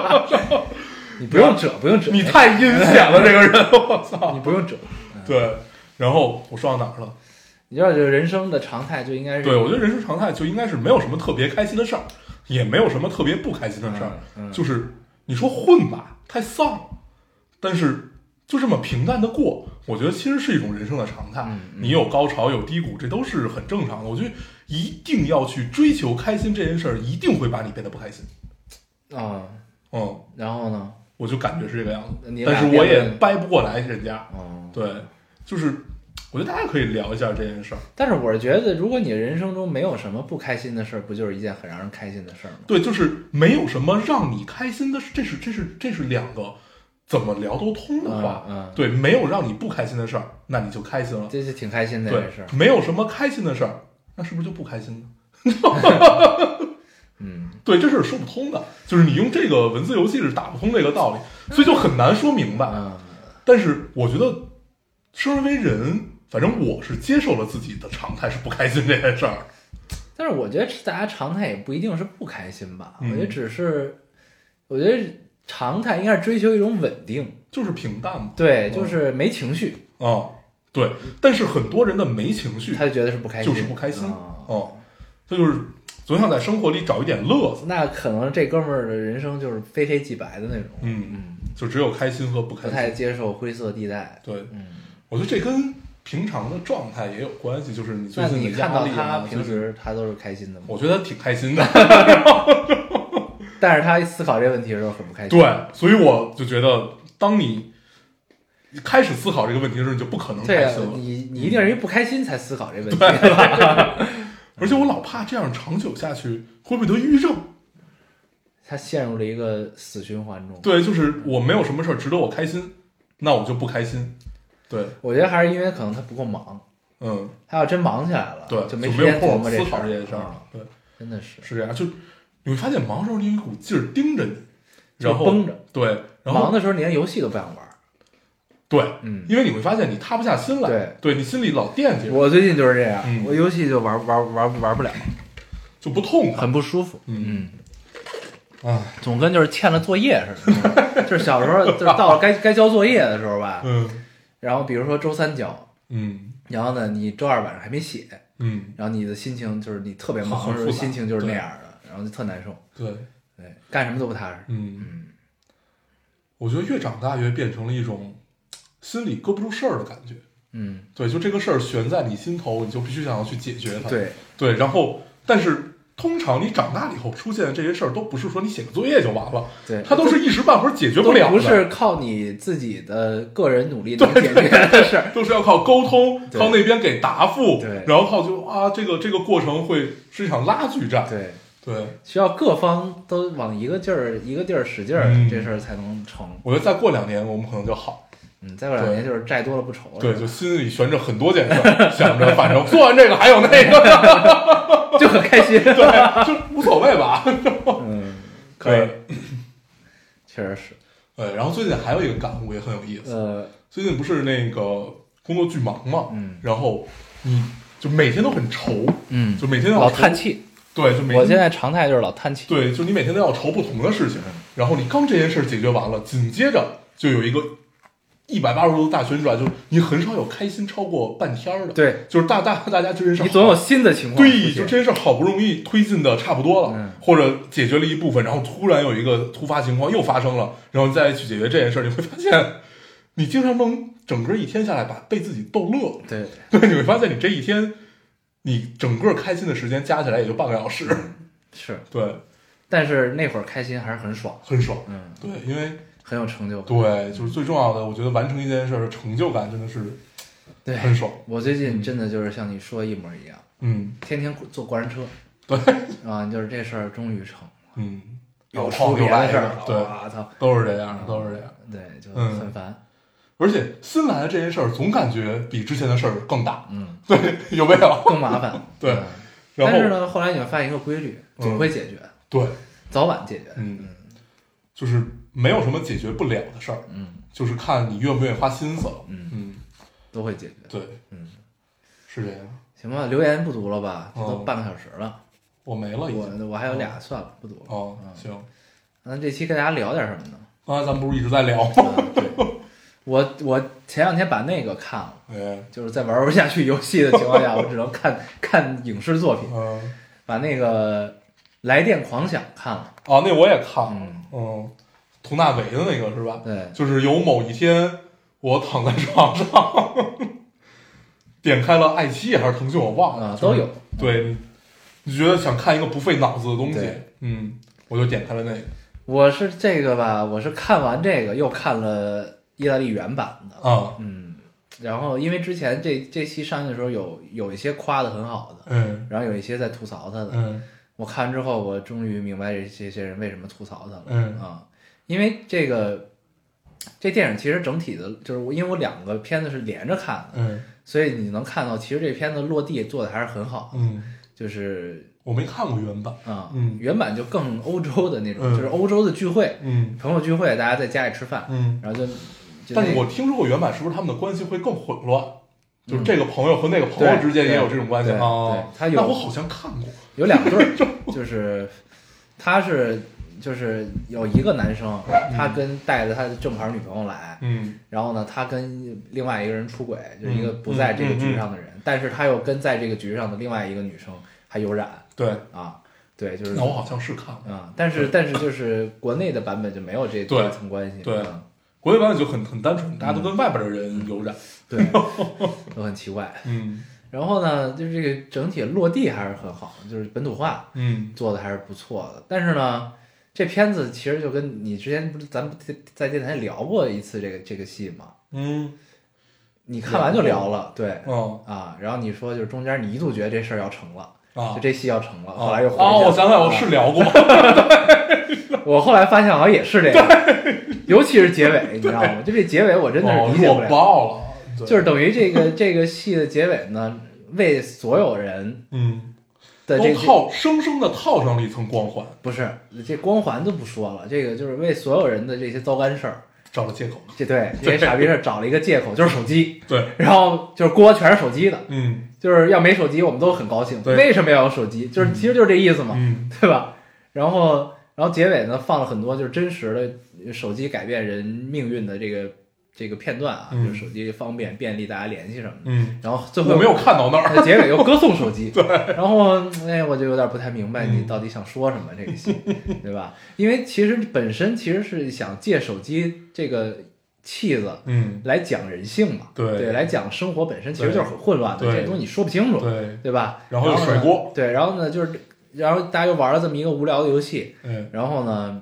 你不用折，不用折，
你太阴险了，这个人，我
你
操！
不用折。
对，然后我说到哪儿了？
你知道，就人生的常态就应该是
对，我觉得人生常态就应该是没有什么特别开心的事儿，也没有什么特别不开心的事儿，
嗯嗯
就是你说混吧，太丧了，但是就这么平淡的过，我觉得其实是一种人生的常态。
嗯嗯
你有高潮有低谷，这都是很正常的。我觉得一定要去追求开心这件事儿，一定会把你变得不开心。
啊、
嗯，
然后呢？
我就感觉是这个样子
你，俩
但是我
变
也
得
掰不过来人家。
哦，
对，就是我觉得大家可以聊一下这件事儿。
但是我觉得，如果你人生中没有什么不开心的事儿，不就是一件很让人开心的事儿吗？
对，就是没有什么让你开心的事，这是这是这是两个怎么聊都通的话。
嗯嗯
对，没有让你不开心的事儿，那你就开心了。
这是挺开心的
对
这事儿，。
没有什么开心的事儿，那是不是就不开心呢？
嗯，
对，这事儿说不通的，就是你用这个文字游戏是打不通这个道理，所以就很难说明白。
嗯
但是我觉得，生而为人，反正我是接受了自己的常态是不开心这件事儿。
但是我觉得大家常态也不一定是不开心吧，
嗯
我觉得只是，我觉得常态应该是追求一种稳定，
就是平淡嘛，
对，就是没情绪，
啊、对。但是很多人的没情绪，
他就觉得是不开心，
就是不开心
哦
哦，他就是总想在生活里找一点乐子，
那可能这哥们儿的人生就是非黑即白的那种，
嗯，
嗯，
就只有开心和不
不
开
太
心。
接受灰色地带，
对，
嗯。
我觉得这跟平常的状态也有关系，就是你最
那
近
你
的
看
压
到
力
他
啊，就
平
是
时他都是开心的吗？
我觉得挺开心的，
但是他思考这个问题的时候很不开心。
对，所以我就觉得，当你开始思考这个问题的时候，你就不可能
对
开
啊
心，了。
你你一定是因为不开心才思考这问题，对吧？
[laughs] 而且我老怕这样长久下去会不会得抑郁症？
他陷入了一个死循环中。
对，就是我没有什么事儿值得我开心，那我就不开心。对，
我觉得还是因为可能他不够忙，
嗯，
他要真忙起来了，
对，就
没时
有
间
空
琢
儿
磨
思
事
考
儿
这件事儿
啊
了。对，
真的是
是这样，就你会发现忙的时候你有一股劲儿盯着你，
就
然后
绷着。
对，然后
忙的时候你连游戏都不想玩儿。
对，
嗯，
因为你会发现你塌不下心来，
对，
你心里老惦记着，
我最近就是这样，
嗯
我游戏就玩玩玩玩不了，
就不痛快，
很不舒服。
嗯
嗯，
哎，
总跟就是欠了作业似 [laughs] 的，就是小时候就是到了 [laughs] 该该交作业的时候吧，
嗯
然后比如说周三交，
嗯
然后呢你周二晚上还没写，
嗯，
然后你的心情就是你特别忙
很
的时候
复杂
心情就是那样的，然后就特难受，
对，
对，干什么都不踏实。
嗯，
嗯，
我觉得越长大越变成了一种心里搁不住事儿的感觉，
嗯，
对，就这个事儿悬在你心头，你就必须想要去解决它。
对，
对，然后但是通常你长大了以后出现的这些事儿，都不是说你写个作业就完了，
对，
它都是一时半会儿解决
都
了的，
不是靠你自己的个人努
[laughs]
力能解决的事儿。
都是要靠沟通，
对
靠那边给答复，
对
然后靠就啊，这个这个过程会是一场拉锯战，
对，
对。
需要各方都往一个劲儿一个地儿使劲儿，
嗯
这事儿才能成。
我觉得再过两年我们可能就好，
嗯，再过两年就是债多了不愁了。
对，就心里悬着很多件事儿，想着反正做完这个还有那个，
就很开心。
[laughs] 对，就无所谓吧。
嗯，可以
对，，
确实是。
对。然后最近还有一个感悟也很有意思，
呃，
最近不是那个工作巨忙嘛，
嗯
然后你就每天都很愁，
嗯，
就每天都要
老
愁
叹，气。
对，就每
我现
天
在常态就是老叹气。
对，就你每天都要愁不同的事情，然后你刚这件事儿解决完了，紧接着就有一个一百八十度大旋转，就是你很少有开心超过半天儿的，，
对，
就是大大大家 [laughs] 这件事儿
你总有
好。
新的情况出现。
对，就这件事儿好不容易推进的差不多了，
嗯
或者解决了一部分，然后突然有一个突发情况又发生了，然后你再去解决这件事儿，你会发现，你经常能整个一天下来把被自己逗乐了。
对，
对，你会发现你这一天，你整个开心的时间加起来也就半个小时，
是。
对，
但是那会儿开心还是很爽，
很爽。
嗯，
对，因为
很有成就感。
对，就是最重要的，我觉得完成一件事儿的成就感真的是
对，
很爽。
我最近真的就是像你说一模一样，
嗯，
天天坐过山车
[laughs] 对，
啊，就是这事儿终于成，
嗯，
有
出
出别的事儿，啊
对，
我操，
都是这样，都是这样。
对，就
嗯
很烦，
而且新来的这件事儿，总感觉比之前的事儿更大， [laughs]
嗯，
对，有没有？
更麻烦。
[laughs] 对
嗯
然
但是
后
呢，后来你会发现一个规律，
嗯
总会解决，
对，
早晚解决，
嗯，就是没有什么解决不了的事儿，
嗯，
就是看你愿不愿意花心思了。
嗯
嗯，
都会解决。
对，
嗯，
是这样。
行吧，留言不读了吧，这都
哦
半个小时了，
我没了已经。
我我嗯还有俩，算了，不读了。
哦，行。
那这期跟大家聊点什么呢？
刚才咱们不是一直在聊吗？
啊
[laughs]
对，我我前两天把那个看了，
哎，
就是在玩不下去游戏的情况下，我只能看看影视作品，
嗯，
把那个《来电狂想》看了。
啊，那我也看了，
嗯，
嗯，佟大为的那个是吧？
对，
就是有某一天，我躺在床上， [laughs] 点开了爱奇艺还是腾讯，我忘了，
啊，
就是
都有。。
对，你觉得想看一个不费脑子的东西
对，
嗯，我就点开了那个。
我是这个吧，我是看完这个又看了意大利原版的，
啊，
嗯，然后因为之前这这期上映的时候有有一些夸的很好的，
嗯
然后有一些在吐槽他的，
嗯
我看完之后，我终于明白这这些人为什么吐槽他了。
嗯
啊，因为这个这电影其实整体的，就是我因为我两个片子是连着看的，
嗯
所以你能看到，其实这片子落地做的还是很好的，
嗯，
就是
我没看过原版。
啊，
嗯
原版就更欧洲的那种，
嗯
就是欧洲的聚会，
嗯
朋友聚会，大家在家里吃饭，
嗯，
然后就，就
但是
那
我听说过原版，是不是他们的关系会更混乱？就是
嗯
这个朋友和那个朋友
对
之间也有这种关系
对对
啊？
他有
那我好像看过。
有两对
[laughs]
儿，就是他是就是有一个男生，他跟带着他的正牌女朋友来，
嗯
然后呢，他跟另外一个人出轨，就是一个
嗯
不在这个局上的人，但是他又跟在这个局上的另外一个女生还有染，
对，
啊，对，就是
那我好像是看过。
啊，但是但是就是国内的版本就没有这
对
这层关系，
对
嗯
国内版本就很很单纯，大家都跟外边的人有染。
对， [laughs] 都很奇怪。
嗯
然后呢，就是这个整体落地还是很好，就是本土化
嗯
做的还是不错的，但是呢。这片子其实就跟你之前不是咱们在在电台聊过一次这个这个戏嘛，
嗯
你看完就聊了，对，
哦
啊，然后你说就是中间你一度觉得这事儿要成了，
啊
就，这戏要成了，后
啊
来又回去了
哦，我想起来，我是聊过。
我后来发现好像也是这样，尤其是结尾，你知道吗？就这结尾 [laughs] 我真的
哦
是理解不
弱
了，
爆了，对
就是等于这个这个戏的结尾呢，为所有人
嗯，
的这
都
这
套生生的套上了一层光环，
不是这光环都不说了，这个就是为所有人的这些糟干事儿，
找了借口。
这对这些傻逼事儿找了一个借口，就是手机，
对，
然后就是锅全是手机的，
嗯
就是要没手机我们都很高兴，
对
为什么要有手机？就是其实就是这意思嘛，
嗯
[laughs] 对吧？然后，然后结尾呢放了很多就是真实的手机改变人命运的这个这个片段啊，
嗯
就是手机方便便利大家联系什么的。
嗯，
然后最后
我没有看到那儿。
那结尾又歌颂手
[laughs]
机，对。然后哎，我就有点不太明白你
嗯
到底想说什么这个戏，对吧？因为其实本身其实是想借手机这个气子
嗯，
来讲人性嘛，
对
来讲生活本身其实
对
就是很混乱的，
对
这东西你说不清楚，
对，
对吧？然
然后又
呢
甩锅，
对，然后呢就是，然后大家又玩了这么一个无聊的游戏，
嗯，
然后呢，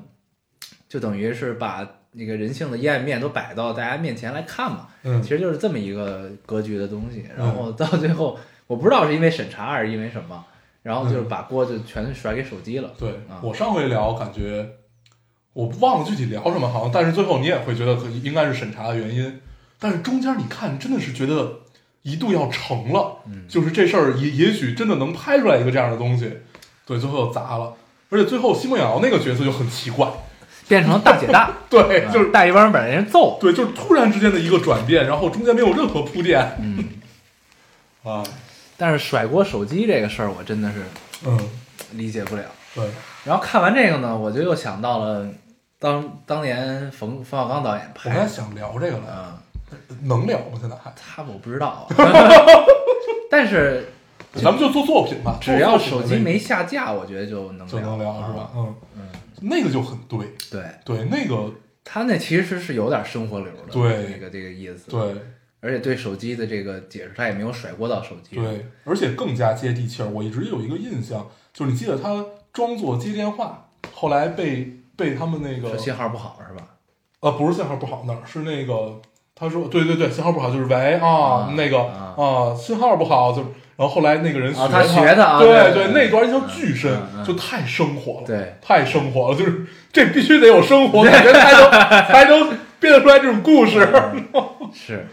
就等于是把那个人性的阴暗面都摆到大家面前来看嘛，
嗯
其，实就是这么一个格局的东西。然后到最后，我不知道是因为审查还是因为什么，然后就是把锅就全甩给手机了。
对
啊
我上回聊感觉我忘了具体聊什么，好像，但是最后你也会觉得可应该是审查的原因，但是中间你看真的是觉得一度要成了，
嗯
就是这事儿也也许真的能拍出来一个这样的东西，对，最后又砸了，而且最后奚梦瑶那个角色就很奇怪，
变成大姐大，
对， [laughs] 就是
是带一帮人把人揍。
对，就是突然之间的一个转变，然后中间没有任何铺垫
嗯，
啊，
但是甩锅手机这个事儿，我真的是
嗯，
理解不了。
对，
然后看完这个呢，我就又想到了当当年冯冯小刚导演
我刚才
拍，
想聊这个来，
嗯，
能聊吗？现在还，
他我不知
[laughs]
道啊，但是
咱们就做作品吧，
只要
做作
手
品
机
的那
没下架，我觉得就能
就能聊是吧？？嗯，
嗯，
那个就很对，
对。
对，那个
他那其实是有点生活流的，
对
这个这个意思，，
对
而且对手机的这个解释，他也没有甩锅到手机，，
对，而且更加接地气儿。我一直有一个印象，就是你记得他装作接电话，后来被被他们那个
说信号不好是吧？
呃，不是信号不好那儿，是那个他说对对对，信号不好就是喂啊
啊
那个
啊
啊信号不好就是，然后后来那个人
啊
他
他学的啊
对
对对
那
对
段印象
嗯
巨深
嗯，嗯
就太生活了，
对，
太生活了，就是这必须得有生
[laughs]
活感觉才能才能编得出来这种故事，
嗯
[laughs]
是，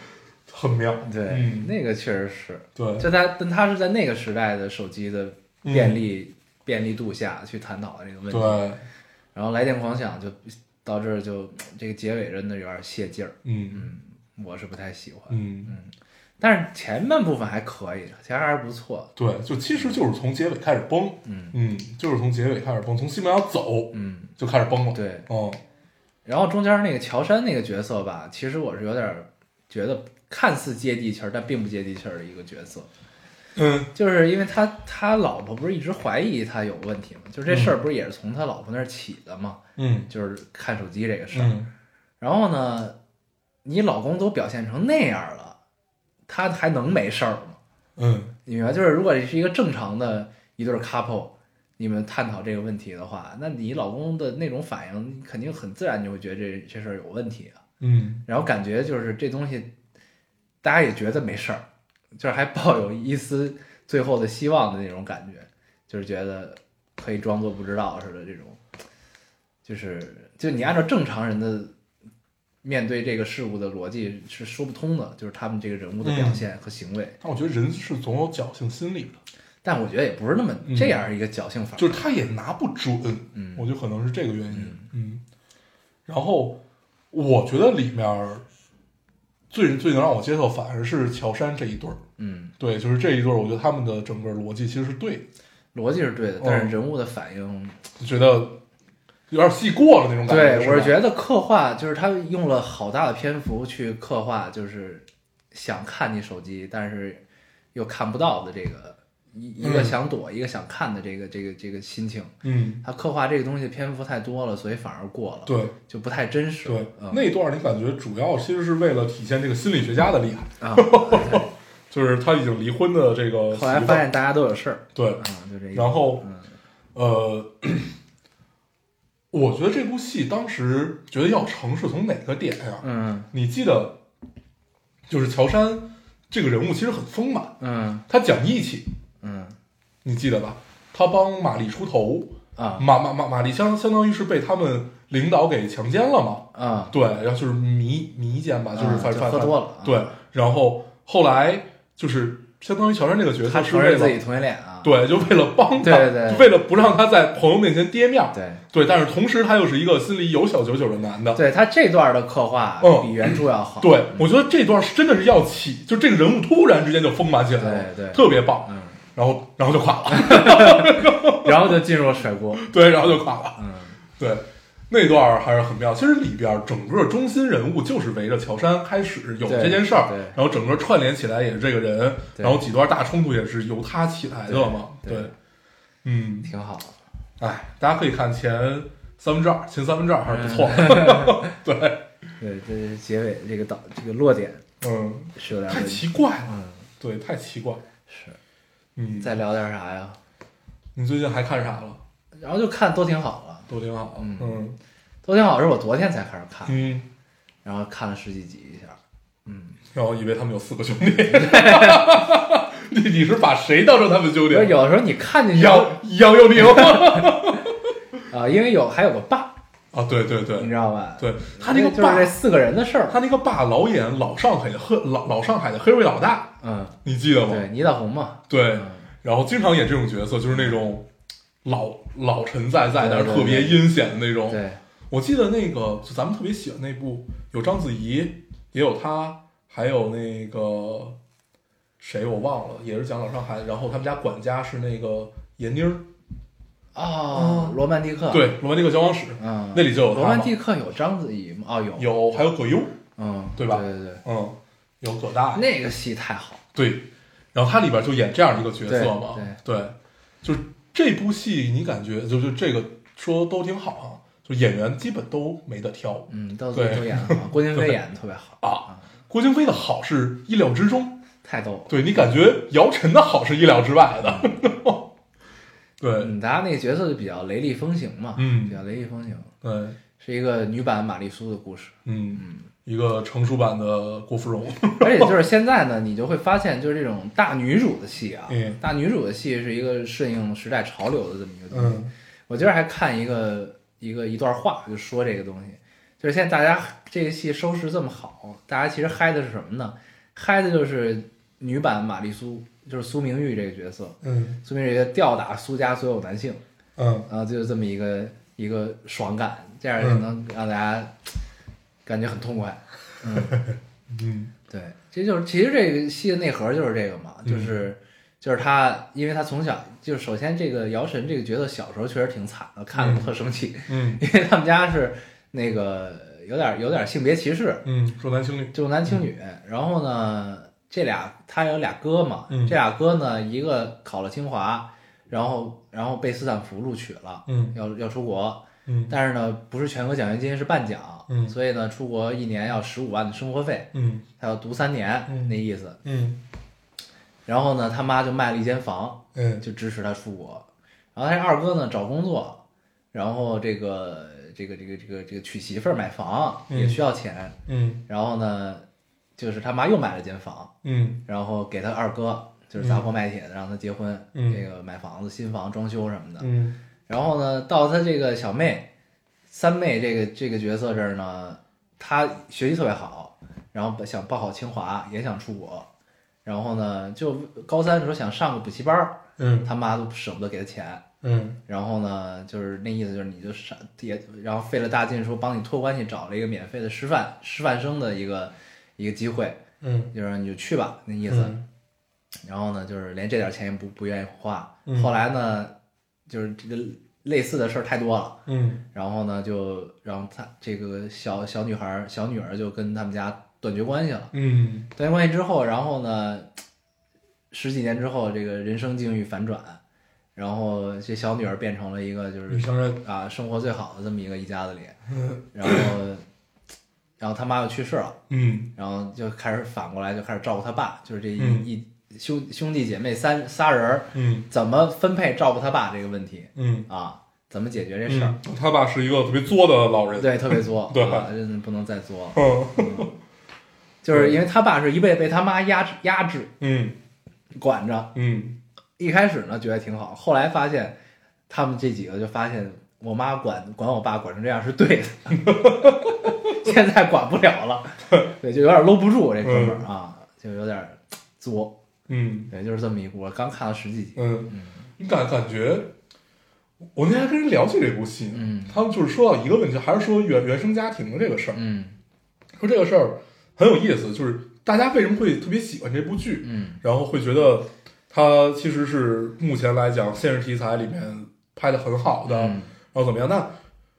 很妙，
对，
嗯
那个确实是，
对，
就他，但他是在那个时代的手机的
嗯
便利、便利度下去探讨的这个问题，
对，
然后来电狂想就到这儿就这个结尾真的有点泄劲儿，
嗯
嗯，我是不太喜欢，
嗯，
但是前半部分还可以，前面还是不错，
对，就其实就是从结尾开始崩，
嗯
嗯，就是从结尾开始崩，从西班牙走
嗯，
就开始崩了，
对。
哦，
然后中间那个乔杉那个角色吧，其实我是有点儿觉得看似接地气儿，但并不接地气儿的一个角色，
嗯
就是因为他他老婆不是一直怀疑他有问题吗？就是这事儿不是也是从他老婆那儿起的吗？
嗯
就是看手机这个事儿。
嗯
然后呢，你老公都表现成那样了，他还能没事儿吗？
嗯
你明白？就是如果是一个正常的一对儿 couple，你们探讨这个问题的话，那你老公的那种反应，肯定很自然就会觉得这这事儿有问题啊。
嗯，
然后感觉就是这东西，大家也觉得没事儿，就是还抱有一丝最后的希望的那种感觉，就是觉得可以装作不知道似的这种，就是就你按照正常人的面对这个事物的逻辑是说不通的，就是他们这个人物的
嗯
表现和行为。
但我觉得人是总有侥幸心理的。
但我觉得也不是那么
嗯
这样一个侥幸法，
就是他也拿不准，
嗯
我觉得可能是这个原因，嗯。然后我觉得里面儿最最能让我接受，反而是乔杉这一对儿，
嗯，
对，就是这一对儿，我觉得他们的整个逻辑其实是对的，
逻辑是对的，
哦
但是人物的反应
就觉得有点戏过了那种感觉。
对，
吧
我是觉得刻画就是他用了好大的篇幅去刻画，就是想看你手机，但是又看不到的这个一一个
嗯
想躲，一个想看的这个这个这个心情。
嗯，
他刻画这个东西篇幅太多了，所以反而过了，
对
就不太真实。
对，
嗯、
那一段儿你感觉主要其实是为了体现这个心理学家的厉害，
啊，对
[laughs] 就是他已经离婚的这个媳妇
后来
儿
发现大家都有事儿，
对，
啊，就这意思。
然后
嗯
呃， [clears throat] 我觉得这部戏当时觉得要成是从哪个点呀、
嗯
你记得，就是乔杉这个人物其实很丰满，
嗯
他讲义气，
嗯
你记得吧？他帮玛丽出头，
啊
玛玛玛玛丽相相当于是被他们领导给强奸了嘛？
啊，
对，然后就是迷迷奸吧，就是
啊
反
就
反
喝
反
多了啊
对，然后后来就是相当于乔杉这个角
他
色是
承
为
认自己
了。
同性恋啊，
对，就为了帮他，
对对
就为了不让他在朋友面前跌面儿，
对。
对，但是同时他又是一个心里有小九九的男的。
对他这段的刻画
嗯
比原著要好，
对，我觉得这段是真的是要起，就这个人物突然之间就丰满起来了，
对对
特别棒。
嗯，
然后，然后就垮了，
然后就进入了甩锅。
对，然后就垮了。
嗯
对，那段儿还是很妙。其实里边儿整个中心人物就是围着乔杉开始有
对
这件事儿
对，
然后整个串联起来也是这个人，
对
然后几段大冲突也是由他起来的嘛。
对对
对，嗯，
挺好。
哎，大家可以看前三分之二，前三分之二还是不错的。对，
对，这是结尾这个导这个落点
嗯，
是有点
太
问
奇
题。
怪了，
嗯，
对，太奇怪。
是。
你
再聊点啥呀？
你最近还看啥了？
然后就看都挺好了，
都挺好。
嗯啊
嗯
都挺好是我昨天才开始看，
嗯，
然后看了十几集一下。嗯，
然后以为他们有四个兄弟， [laughs] 你你是把谁当成他们兄弟
不？是有时候你看 [laughs] 进去啊、
杨杨佑宁
因为有还有个爸，
[laughs] 啊，对对
你
对
知道吧？
对，他那个
嗯就是
爸，
这四个人的事儿。
他那个爸老演老上海的黑老老上海的黑社会老大，
嗯，
你记得吗？
对，倪大红嘛，
对
嗯，
然后经常演这种角色，就是那种老老陈在在，
对
但是
对
特别
对
阴险的那种。
对，
我记得那个就咱们特别喜欢那部，有章子怡，也有她，还有那个谁我忘了，也是讲老上海。然后他们家管家是那个闫妮儿，
哦，罗曼蒂克，，
嗯对，罗曼蒂克消亡史，
嗯，
那里就有她
罗
嘛
曼蒂克有章子怡吗？哦，有，，
有还有葛优，
嗯，
对吧
对对对，
嗯，有葛大爷，
那个戏太好，
对，然后他里边就演这样一个角色嘛，对，就是这部戏你感觉就就这个说都挺好啊，就演员基本都没得挑
嗯，都都
对
演的
[laughs]
好，郭京飞
对
演的特别好，
啊。郭京飞的好是意料之中，
太逗了。
对你感觉姚晨的好是意料之外的，嗯 [laughs] 对
嗯，她那个角色就比较雷厉风行嘛，
嗯
比较雷厉风行，
对，
是一个女版玛丽苏的故事。 [laughs]
嗯，一个成熟版的郭芙蓉，
而且就是现在呢，你就会发现，就是这种大女主的戏啊，
嗯
大女主的戏是一个顺应时代潮流的这么一个东西。
嗯
我今儿还看一个一个一段话，就说这个东西，就是现在大家这个戏收视这么好，大家其实嗨的是什么呢？嗨的就是女版玛丽苏，就是苏明玉这个角色，
嗯
苏明玉吊打苏家所有男性，
嗯，
然后就是这么一个一个爽感，这样就
嗯
能让大家感觉很痛快。
嗯
对，这就是其实这个戏的内核就是这个嘛，就是、
嗯
就是他，因为他从小就是首先这个姚晨这个角色小时候确实挺惨的，看了
嗯
特生气， [laughs]
嗯
因为他们家是那个有点有点性别歧视，
嗯，重男轻女，
重男轻女。然后呢，这俩他有俩哥嘛，
嗯
这俩哥呢，一个考了清华，然后然后被斯坦福录取了，
嗯
要要出国，
嗯
但是呢，不是全额奖学金，是半奖，
嗯
所以呢，出国一年要十五万的生活费，
嗯
他要读三年、
嗯
那意思。
嗯
然后呢，他妈就卖了一间房，
嗯
就支持他出国。然后他这二哥呢找工作，然后这个这个这个这个这个娶媳妇儿买房
嗯
也需要钱，
嗯
然后呢，就是他妈又买了间房，
嗯
然后给他二哥就是砸锅卖铁的让他结婚，
嗯
这个买房子、新房、装修什么的。
嗯
然后呢，到他这个小妹三妹这个这个角色这儿呢，她学习特别好，然后想报考清华，也想出国。然后呢，就高三的时候想上个补习班儿，
嗯
他妈都舍不得给他钱。
嗯
然后呢，就是那意思就是你就上也，然后费了大劲说帮你托关系找了一个免费的师范师范生的一个一个机会，
嗯，
就是你就去吧那意思。然后呢，就是连这点钱也不不愿意花。
嗯
后来呢，就是这个类似的事儿太多了，
嗯
然后呢就让他这个小小女孩儿小女儿就跟他们家断绝关系了。
嗯
断绝关系之后，然后呢，十几年之后，这个人生境遇反转，然后这小女儿变成了一个就是
女强人，
啊，生活最好的这么一个一家子里，然后，然后他妈又去世了，
嗯
然后就开始反过来就开始照顾他爸，就是这一、
嗯
一兄兄弟姐妹三仨人儿
嗯
怎么分配照顾他爸这个问题
嗯，
啊，怎么解决这事儿？
他爸是一个特别作的老人，
对，特别作，
[laughs] 对
啊真的不能再作了，
嗯
就是因为他爸是一辈被他妈压制压制
嗯
管着，
嗯
一开始呢觉得挺好，后来发现他们这几个就发现我妈管管我爸管成这样是对的， [laughs] 现在管不了
[laughs]
了，对，就有点搂不住这哥们儿啊，就有点作，
嗯
对，就是这么一股。我刚看了十几集，
嗯，你感感觉，我那天还跟人聊起这部戏呢，
嗯
他们就是说到一个问题，还是说原原生家庭的这个事儿，
嗯
说这个事儿很有意思，就是大家为什么会特别喜欢这部剧，
嗯
然后会觉得它其实是目前来讲现实题材里面拍的很好的，
嗯
然啊后怎么样？那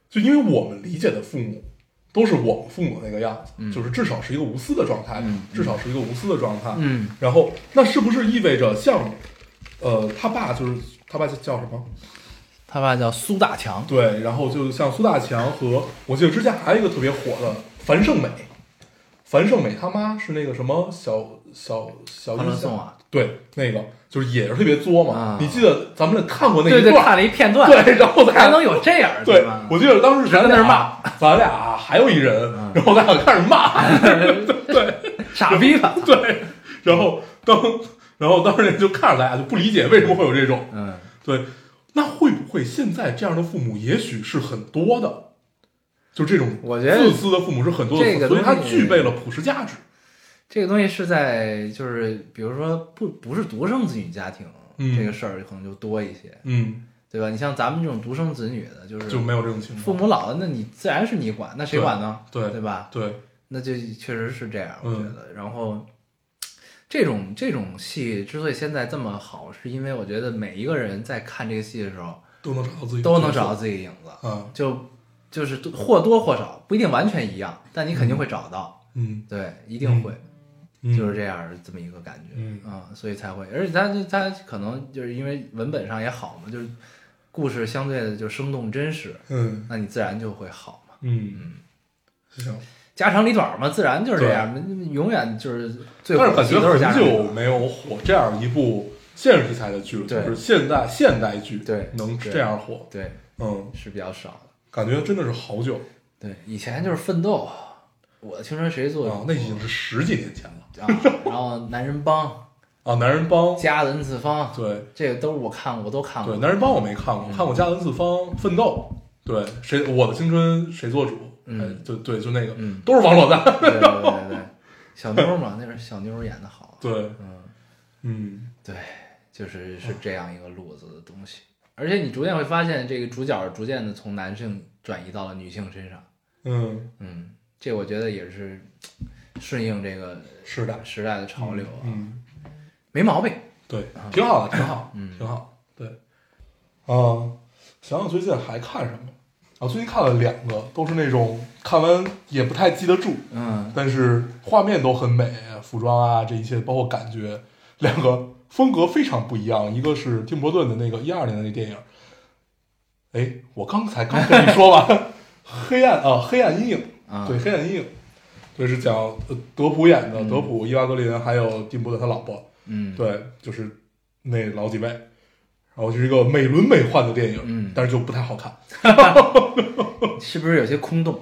就因为我们理解的父母都是我们父母那个样子，
嗯
就是至少是一个无私的状态，
嗯
至少是一个无私的状态，
嗯，
然后那是不是意味着像，呃，他爸就是他爸叫什么？
他爸叫苏大强，
对，然后就像苏大强和我记得之前还有一个特别火的樊胜美，樊胜美他妈是那个什么小小小
欢乐
英
颂
雄，
啊，
对，那个就是也是特别作嘛。
啊
你记得咱们看过那
对
一
对，
段儿，
看了一片段，
对，然后咱
还
俩
能有这样
对
吧，？
我记得当时咱
在那儿
俩
骂，
咱俩还有一人
嗯，
[laughs] 然后咱俩开始
[laughs]
骂，
傻逼吧？
对，然后当然后当时人就看着咱俩就不理解为什么会有这种，
嗯，
对，那会不会现在这样的父母也许是很多的？就这种
我觉得
自私的父母是很多
这个
的，所以他
东西
具备了普世价值。
这个东西是在就是比如说不不是独生子女家庭，
嗯
这个事儿可能就多一些，
嗯，
对吧？你像咱们这种独生子女的，就是
就没有这种情
父
况。
母老了，那你自然是你管，那谁
对
管呢？
对
对吧？
对，
那就确实是这样，我
嗯
觉得。然后这种这种戏之所以现在这么好，是因为我觉得每一个人在看这个戏的时候
都能找到自己，
都能找到。自己的影子，
啊，
就就是或多或少不一定完全一样，但你肯定会找到，
嗯，
对，一定会。
嗯
就是这样的这么一个感觉，
嗯
啊、所以才会，而且他他可能就是因为文本上也好嘛，就是故事相对的就生动真实，
嗯
那你自然就会好嘛，
嗯，行。
家长里短嘛，自然就是这样，永远就是最
但是
火
感
气都是
觉
家
很
长里
久
短，
没有火这样一部现实题材的剧了，就
对
是现代现代剧，
对
能
对
这样火，
对，
嗯，
是比较少的，
感觉真的是好久
对，以前就是奋斗，我的青春谁做主
啊，那已经是十几年前了
啊，然后男人帮、
啊，《男人帮》
家的 n 次方，
对
这个都是我看过，我都看
对，
过
《，男人帮》我没看
嗯
过，看过《家文四方》《奋斗》，对，谁我的青春谁做主，
嗯
哎，就对，就那个
嗯，
都是王
[laughs]
珞丹，
对对对对，小妞嘛，那时候小妞演的好，
对，
嗯。
嗯，
对，就是是这样一个路子的东西。而且你逐渐会发现，这个主角逐渐的从男性转移到了女性身上。
嗯，
嗯，这我觉得也是顺应这个
是的，
时代的潮流啊，
嗯，
没毛病。
对，挺好的，挺好，
嗯
挺好，对，啊，想想最近还看什么？啊，最近看了两个，都是那种看完也不太记得住，
嗯，
但是画面都很美，服装啊这一切，包括感觉，两个风格非常不一样。一个是蒂姆·伯顿的那个一二年的那电影，哎，我刚才刚跟你说完， [laughs] 黑暗啊，黑暗阴影，
啊
对，黑暗阴影，对，是讲呃德普演的，德普、伊娃格林还有蒂姆·伯顿他老婆，
嗯，，
对，就是那老几位，然后就是一个美轮美奂的电影，
嗯
但是就不太好看，
是不是有些空洞？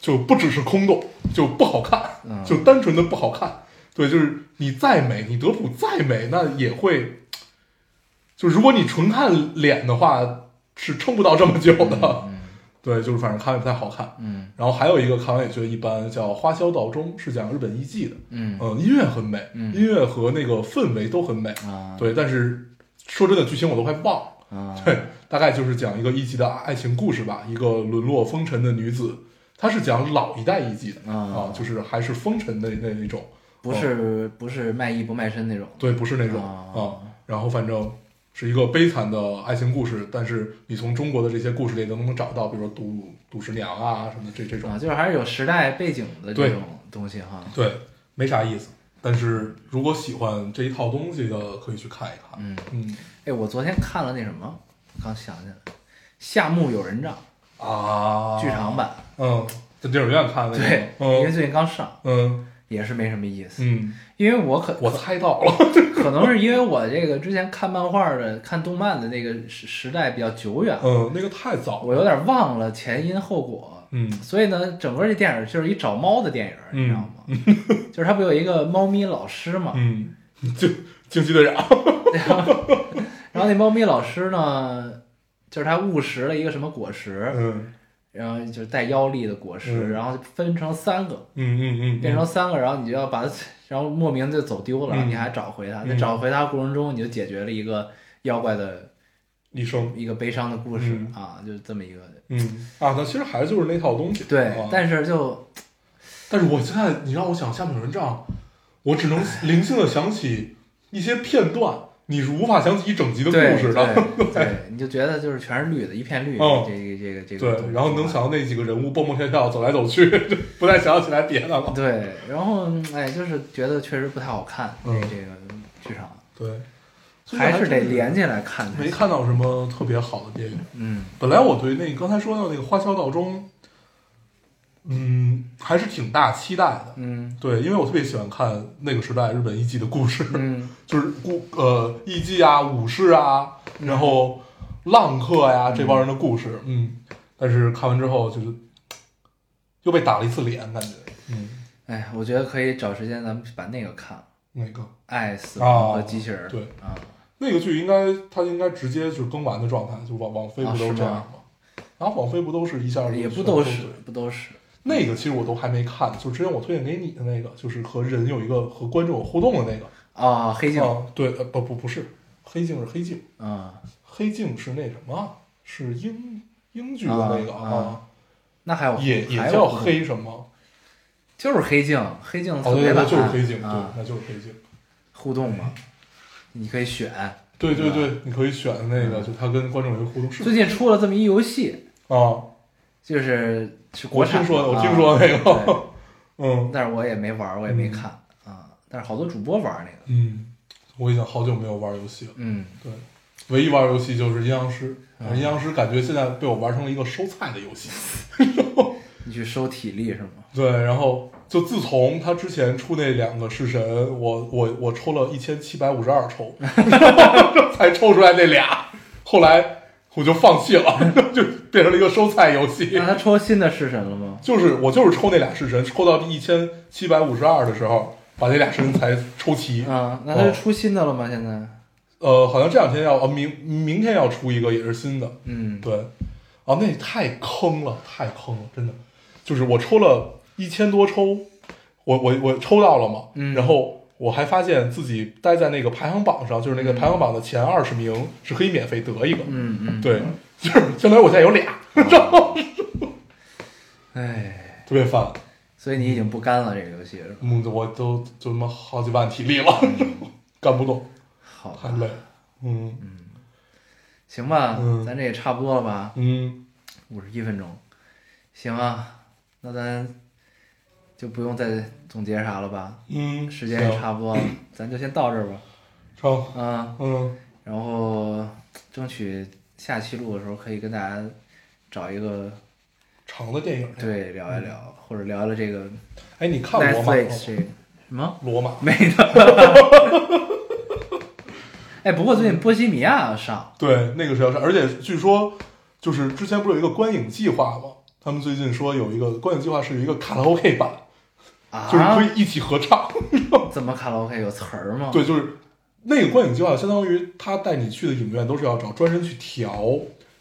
就不只是空洞，就不好看，
嗯
就单纯的不好看。对，就是你再美，你德普再美，那也会，就如果你纯看脸的话，是撑不到这么久的。对，就是反正看着不太好看。
嗯
然后还有一个看完也觉得一般，叫《花销道中》，是讲日本艺伎的。
嗯
嗯，音乐很美，
嗯
音乐和那个氛围都很美。
啊，
嗯对，但是说真的，剧情我都快忘了。
啊，
[laughs] 对，大概就是讲一个一级的爱情故事吧，一个沦落风尘的女子，她是讲老一代一级的
啊
啊，就是还是风尘那那那种，
不是不是卖艺不卖身那种。
哦对，不是那种
啊
啊。然后反正是一个悲惨的爱情故事，但是你从中国的这些故事里都能找到，比如说杜杜十娘啊什么的这这种
啊，，就是还是有时代背景的这
对
种东西哈。
对，没啥意思。但是如果喜欢这一套东西的，可以去看一看。
嗯，
嗯
哎，我昨天看了那什么，刚想起来，《夏目友人帐
啊》
剧场，版，
嗯，在电影院看那个，
对，因为
嗯
最近刚上，
嗯
也是没什么意思。
嗯，
因为我可
我猜到哦了。
可能是因为我这个之前看漫画的、看动漫的那个时时代比较久远，
嗯，那个太早了。
我有点忘了前因后果。
嗯
所以呢，整个这电影就是一找猫的电影，你知道吗？ [laughs] 就是它不有一个猫咪老师嘛，
嗯，就惊奇队长。
然后那猫咪老师呢，就是他误食了一个什么果实，
嗯
然后就是带妖力的果实，
嗯
然后就分成三个，
嗯嗯嗯，
变成三个，然后你就要把它，然后莫名就走丢了，
嗯
然后你还找回它。在
嗯
找回它过程中，你就解决了一个妖怪的
一生。
一个悲伤的故事、
嗯
啊，就是这么一个。
嗯啊，那其实还是就是那套东西。
对，
啊、
但是就
但是我现在你让我想《下面有人帐》，我只能零星的想起一些片段，你是无法想起一整集的
对
故事的。 [laughs]
对对，你就觉得就是全是绿的，一片绿，
嗯
这个这个这个
对
东，西
然后能想到那几个人物蹦蹦跳跳、走来走去，就不再想起来别的了。
对，然后哎，就是觉得确实不太好看，
嗯
这这个剧场
对，所以
还是得
真
连起来看才行。
没看到什么特别好的电影。
嗯
本来我对那个刚才说到那个《花销道中》，嗯，还是挺大期待的。
嗯
对，因为我特别喜欢看那个时代日本艺妓的故事，
嗯
[laughs] 就是故呃艺妓啊、武士啊，
嗯
然后浪客呀、这帮人的故事，嗯，但是看完之后就是又被打了一次脸，感觉，嗯，
哎，我觉得可以找时间咱们把那个看了，
那个
《爱死
啊
亡和机器人》
对
啊，
那个剧应该它应该直接就是更完的状态，就网网飞
啊
不都
是
这样
吗
吗？然后网飞不都是一下就
也不
全
都
对
是不都是，
那个，其实我都还没看，就之前我推荐给你的那个，就是和人有一个和观众有互动的那个，
啊，黑镜
啊，对，呃不不不是，黑镜是黑镜。
啊，
黑镜是那什么？是英英剧的那个
啊，那还有
也也
还有
叫
互动
黑什么？
就是黑镜，黑镜
哦，
特
对，
别
那
版
就是黑镜，对
啊，，
那就是黑镜。
互动嘛，你可以选。
对对
对
对，你可以选那个，就他跟观众有一个互动是
啊嗯最近出了这么一游戏，
啊，
就是是国
我
产
听
的，
说的，我
啊
听说嗯那
对
个，嗯
但是我也没玩儿，我也没看啊。但是好多主播玩儿那个，
嗯，我已经好久没有玩游戏了。
嗯，
对，唯一玩游戏就是阴阳师，
嗯
阴阳师感觉现在被我玩成了一个收菜的游戏。
你去收体力是吗？
对，然后就自从他之前出那两个式神，我我我抽了一千七百五十二抽，然后才抽出来那俩，后来我就放弃了， [laughs] 就变成了一个收菜游戏
那。他抽新的式神了吗？
[laughs] 就是我就是抽那俩式神，抽到第一千七百五十二的时候，把那俩式神才抽齐。
啊，那他
哦
是出新的了吗？现在？
呃，好像这两天要呃明明天要出一个也是新的，
嗯，
对，啊，那也太坑了，太坑了，真的，就是我抽了一千多抽，我我我抽到了嘛，
嗯
然后我还发现自己待在那个排行榜上，就是那个排行榜的前二十名是可以免费得一个，
嗯嗯，
[laughs] 对，就是相当于我现在有俩，
哎，
特别烦，
所以你已经不干了这个游戏是吧？
嗯，我都就他妈好几万体力了，
嗯
[laughs] 干不动，
好
太
吧，
累，嗯
行吧
嗯，
咱这也差不多了吧，
嗯，
五十一分钟，行啊，那咱就不用再总结啥了吧，
嗯，
时间也
行
差不多了， [clears throat] 咱就先到这儿吧，
成，
啊，
嗯，
然后争取下期录的时候可以跟大家找一个
长的电影，，
对聊一聊，或者聊聊这个
哎，你嗯看罗马吗？
Netflix 这个什么。
罗马，
没的。哎，不过最近《
嗯
波西米亚》上，
对，那个是要上，而且据说就是之前不是有一个观影计划吗？他们最近说有一个观影计划是有一个卡拉 OK 版，
啊，
就是可以一起合唱。
怎么卡拉 OK 有词儿吗？
对，就是那个观影计划，相当于他带你去的影院都是要找专人去调、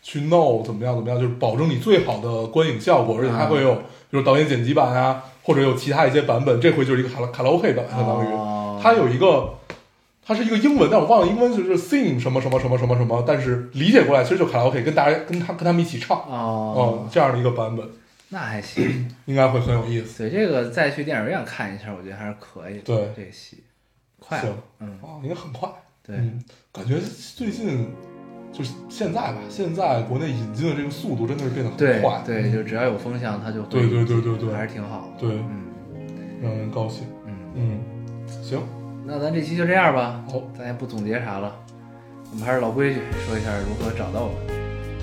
去弄，怎么样怎么样，就是保证你最好的观影效果，而且它会有比如导演剪辑版啊，或者有其他一些版本。这回就是一个卡拉卡拉 OK 版，相当于、
哦
它有一个。它是一个英文，但我忘了英文就是 sing 什么什么什么什么什么，但是理解过来其实就卡拉 OK，跟大家跟他跟他们一起唱，
哦
哦，，这样的一个版本
那还行。
应该会很有意思。
所以这个再去电影院看一下，我觉得还是可以的。
对
这个戏快了
行，
嗯，
哦，应该很快。
对，
嗯，感觉最近就是现在吧，现在国内引进的这个速度真的是变得很
对
快，
对，就只要有风向，它就会
对对对对对
还是挺好的。
对
嗯
让人高兴。
嗯，
嗯，行，
那咱这期就这样吧，
好，
咱也不总结啥了，我们还是老规矩，说一下如何找到我们。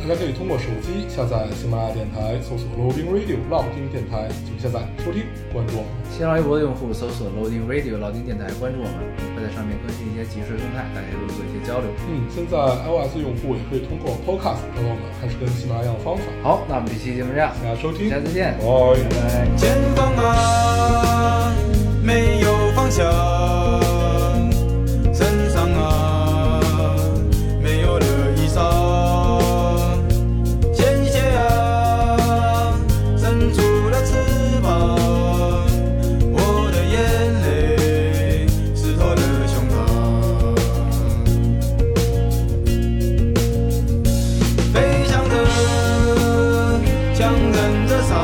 大家可以通过手机下载喜马拉雅电台，搜索 Loading Radio 浪听电台就下载收听，关注我们。
新浪微博的用户搜索 Loading Radio 老丁电台，关注我们，我们会在上面更新一些即时动态，大家也会做一些交流。
嗯，现在 iOS 用户也可以通过 Podcast 找到我们，还是跟喜马拉雅的方法。
好，那我们这期节目这样，
大家收听，
大家再见，
拜
拜拜。
前方啊，没有方向；身上啊，没有了衣裳。鲜血啊，伸出了翅膀。我的眼泪湿透了胸膛。飞翔着，强忍着伤，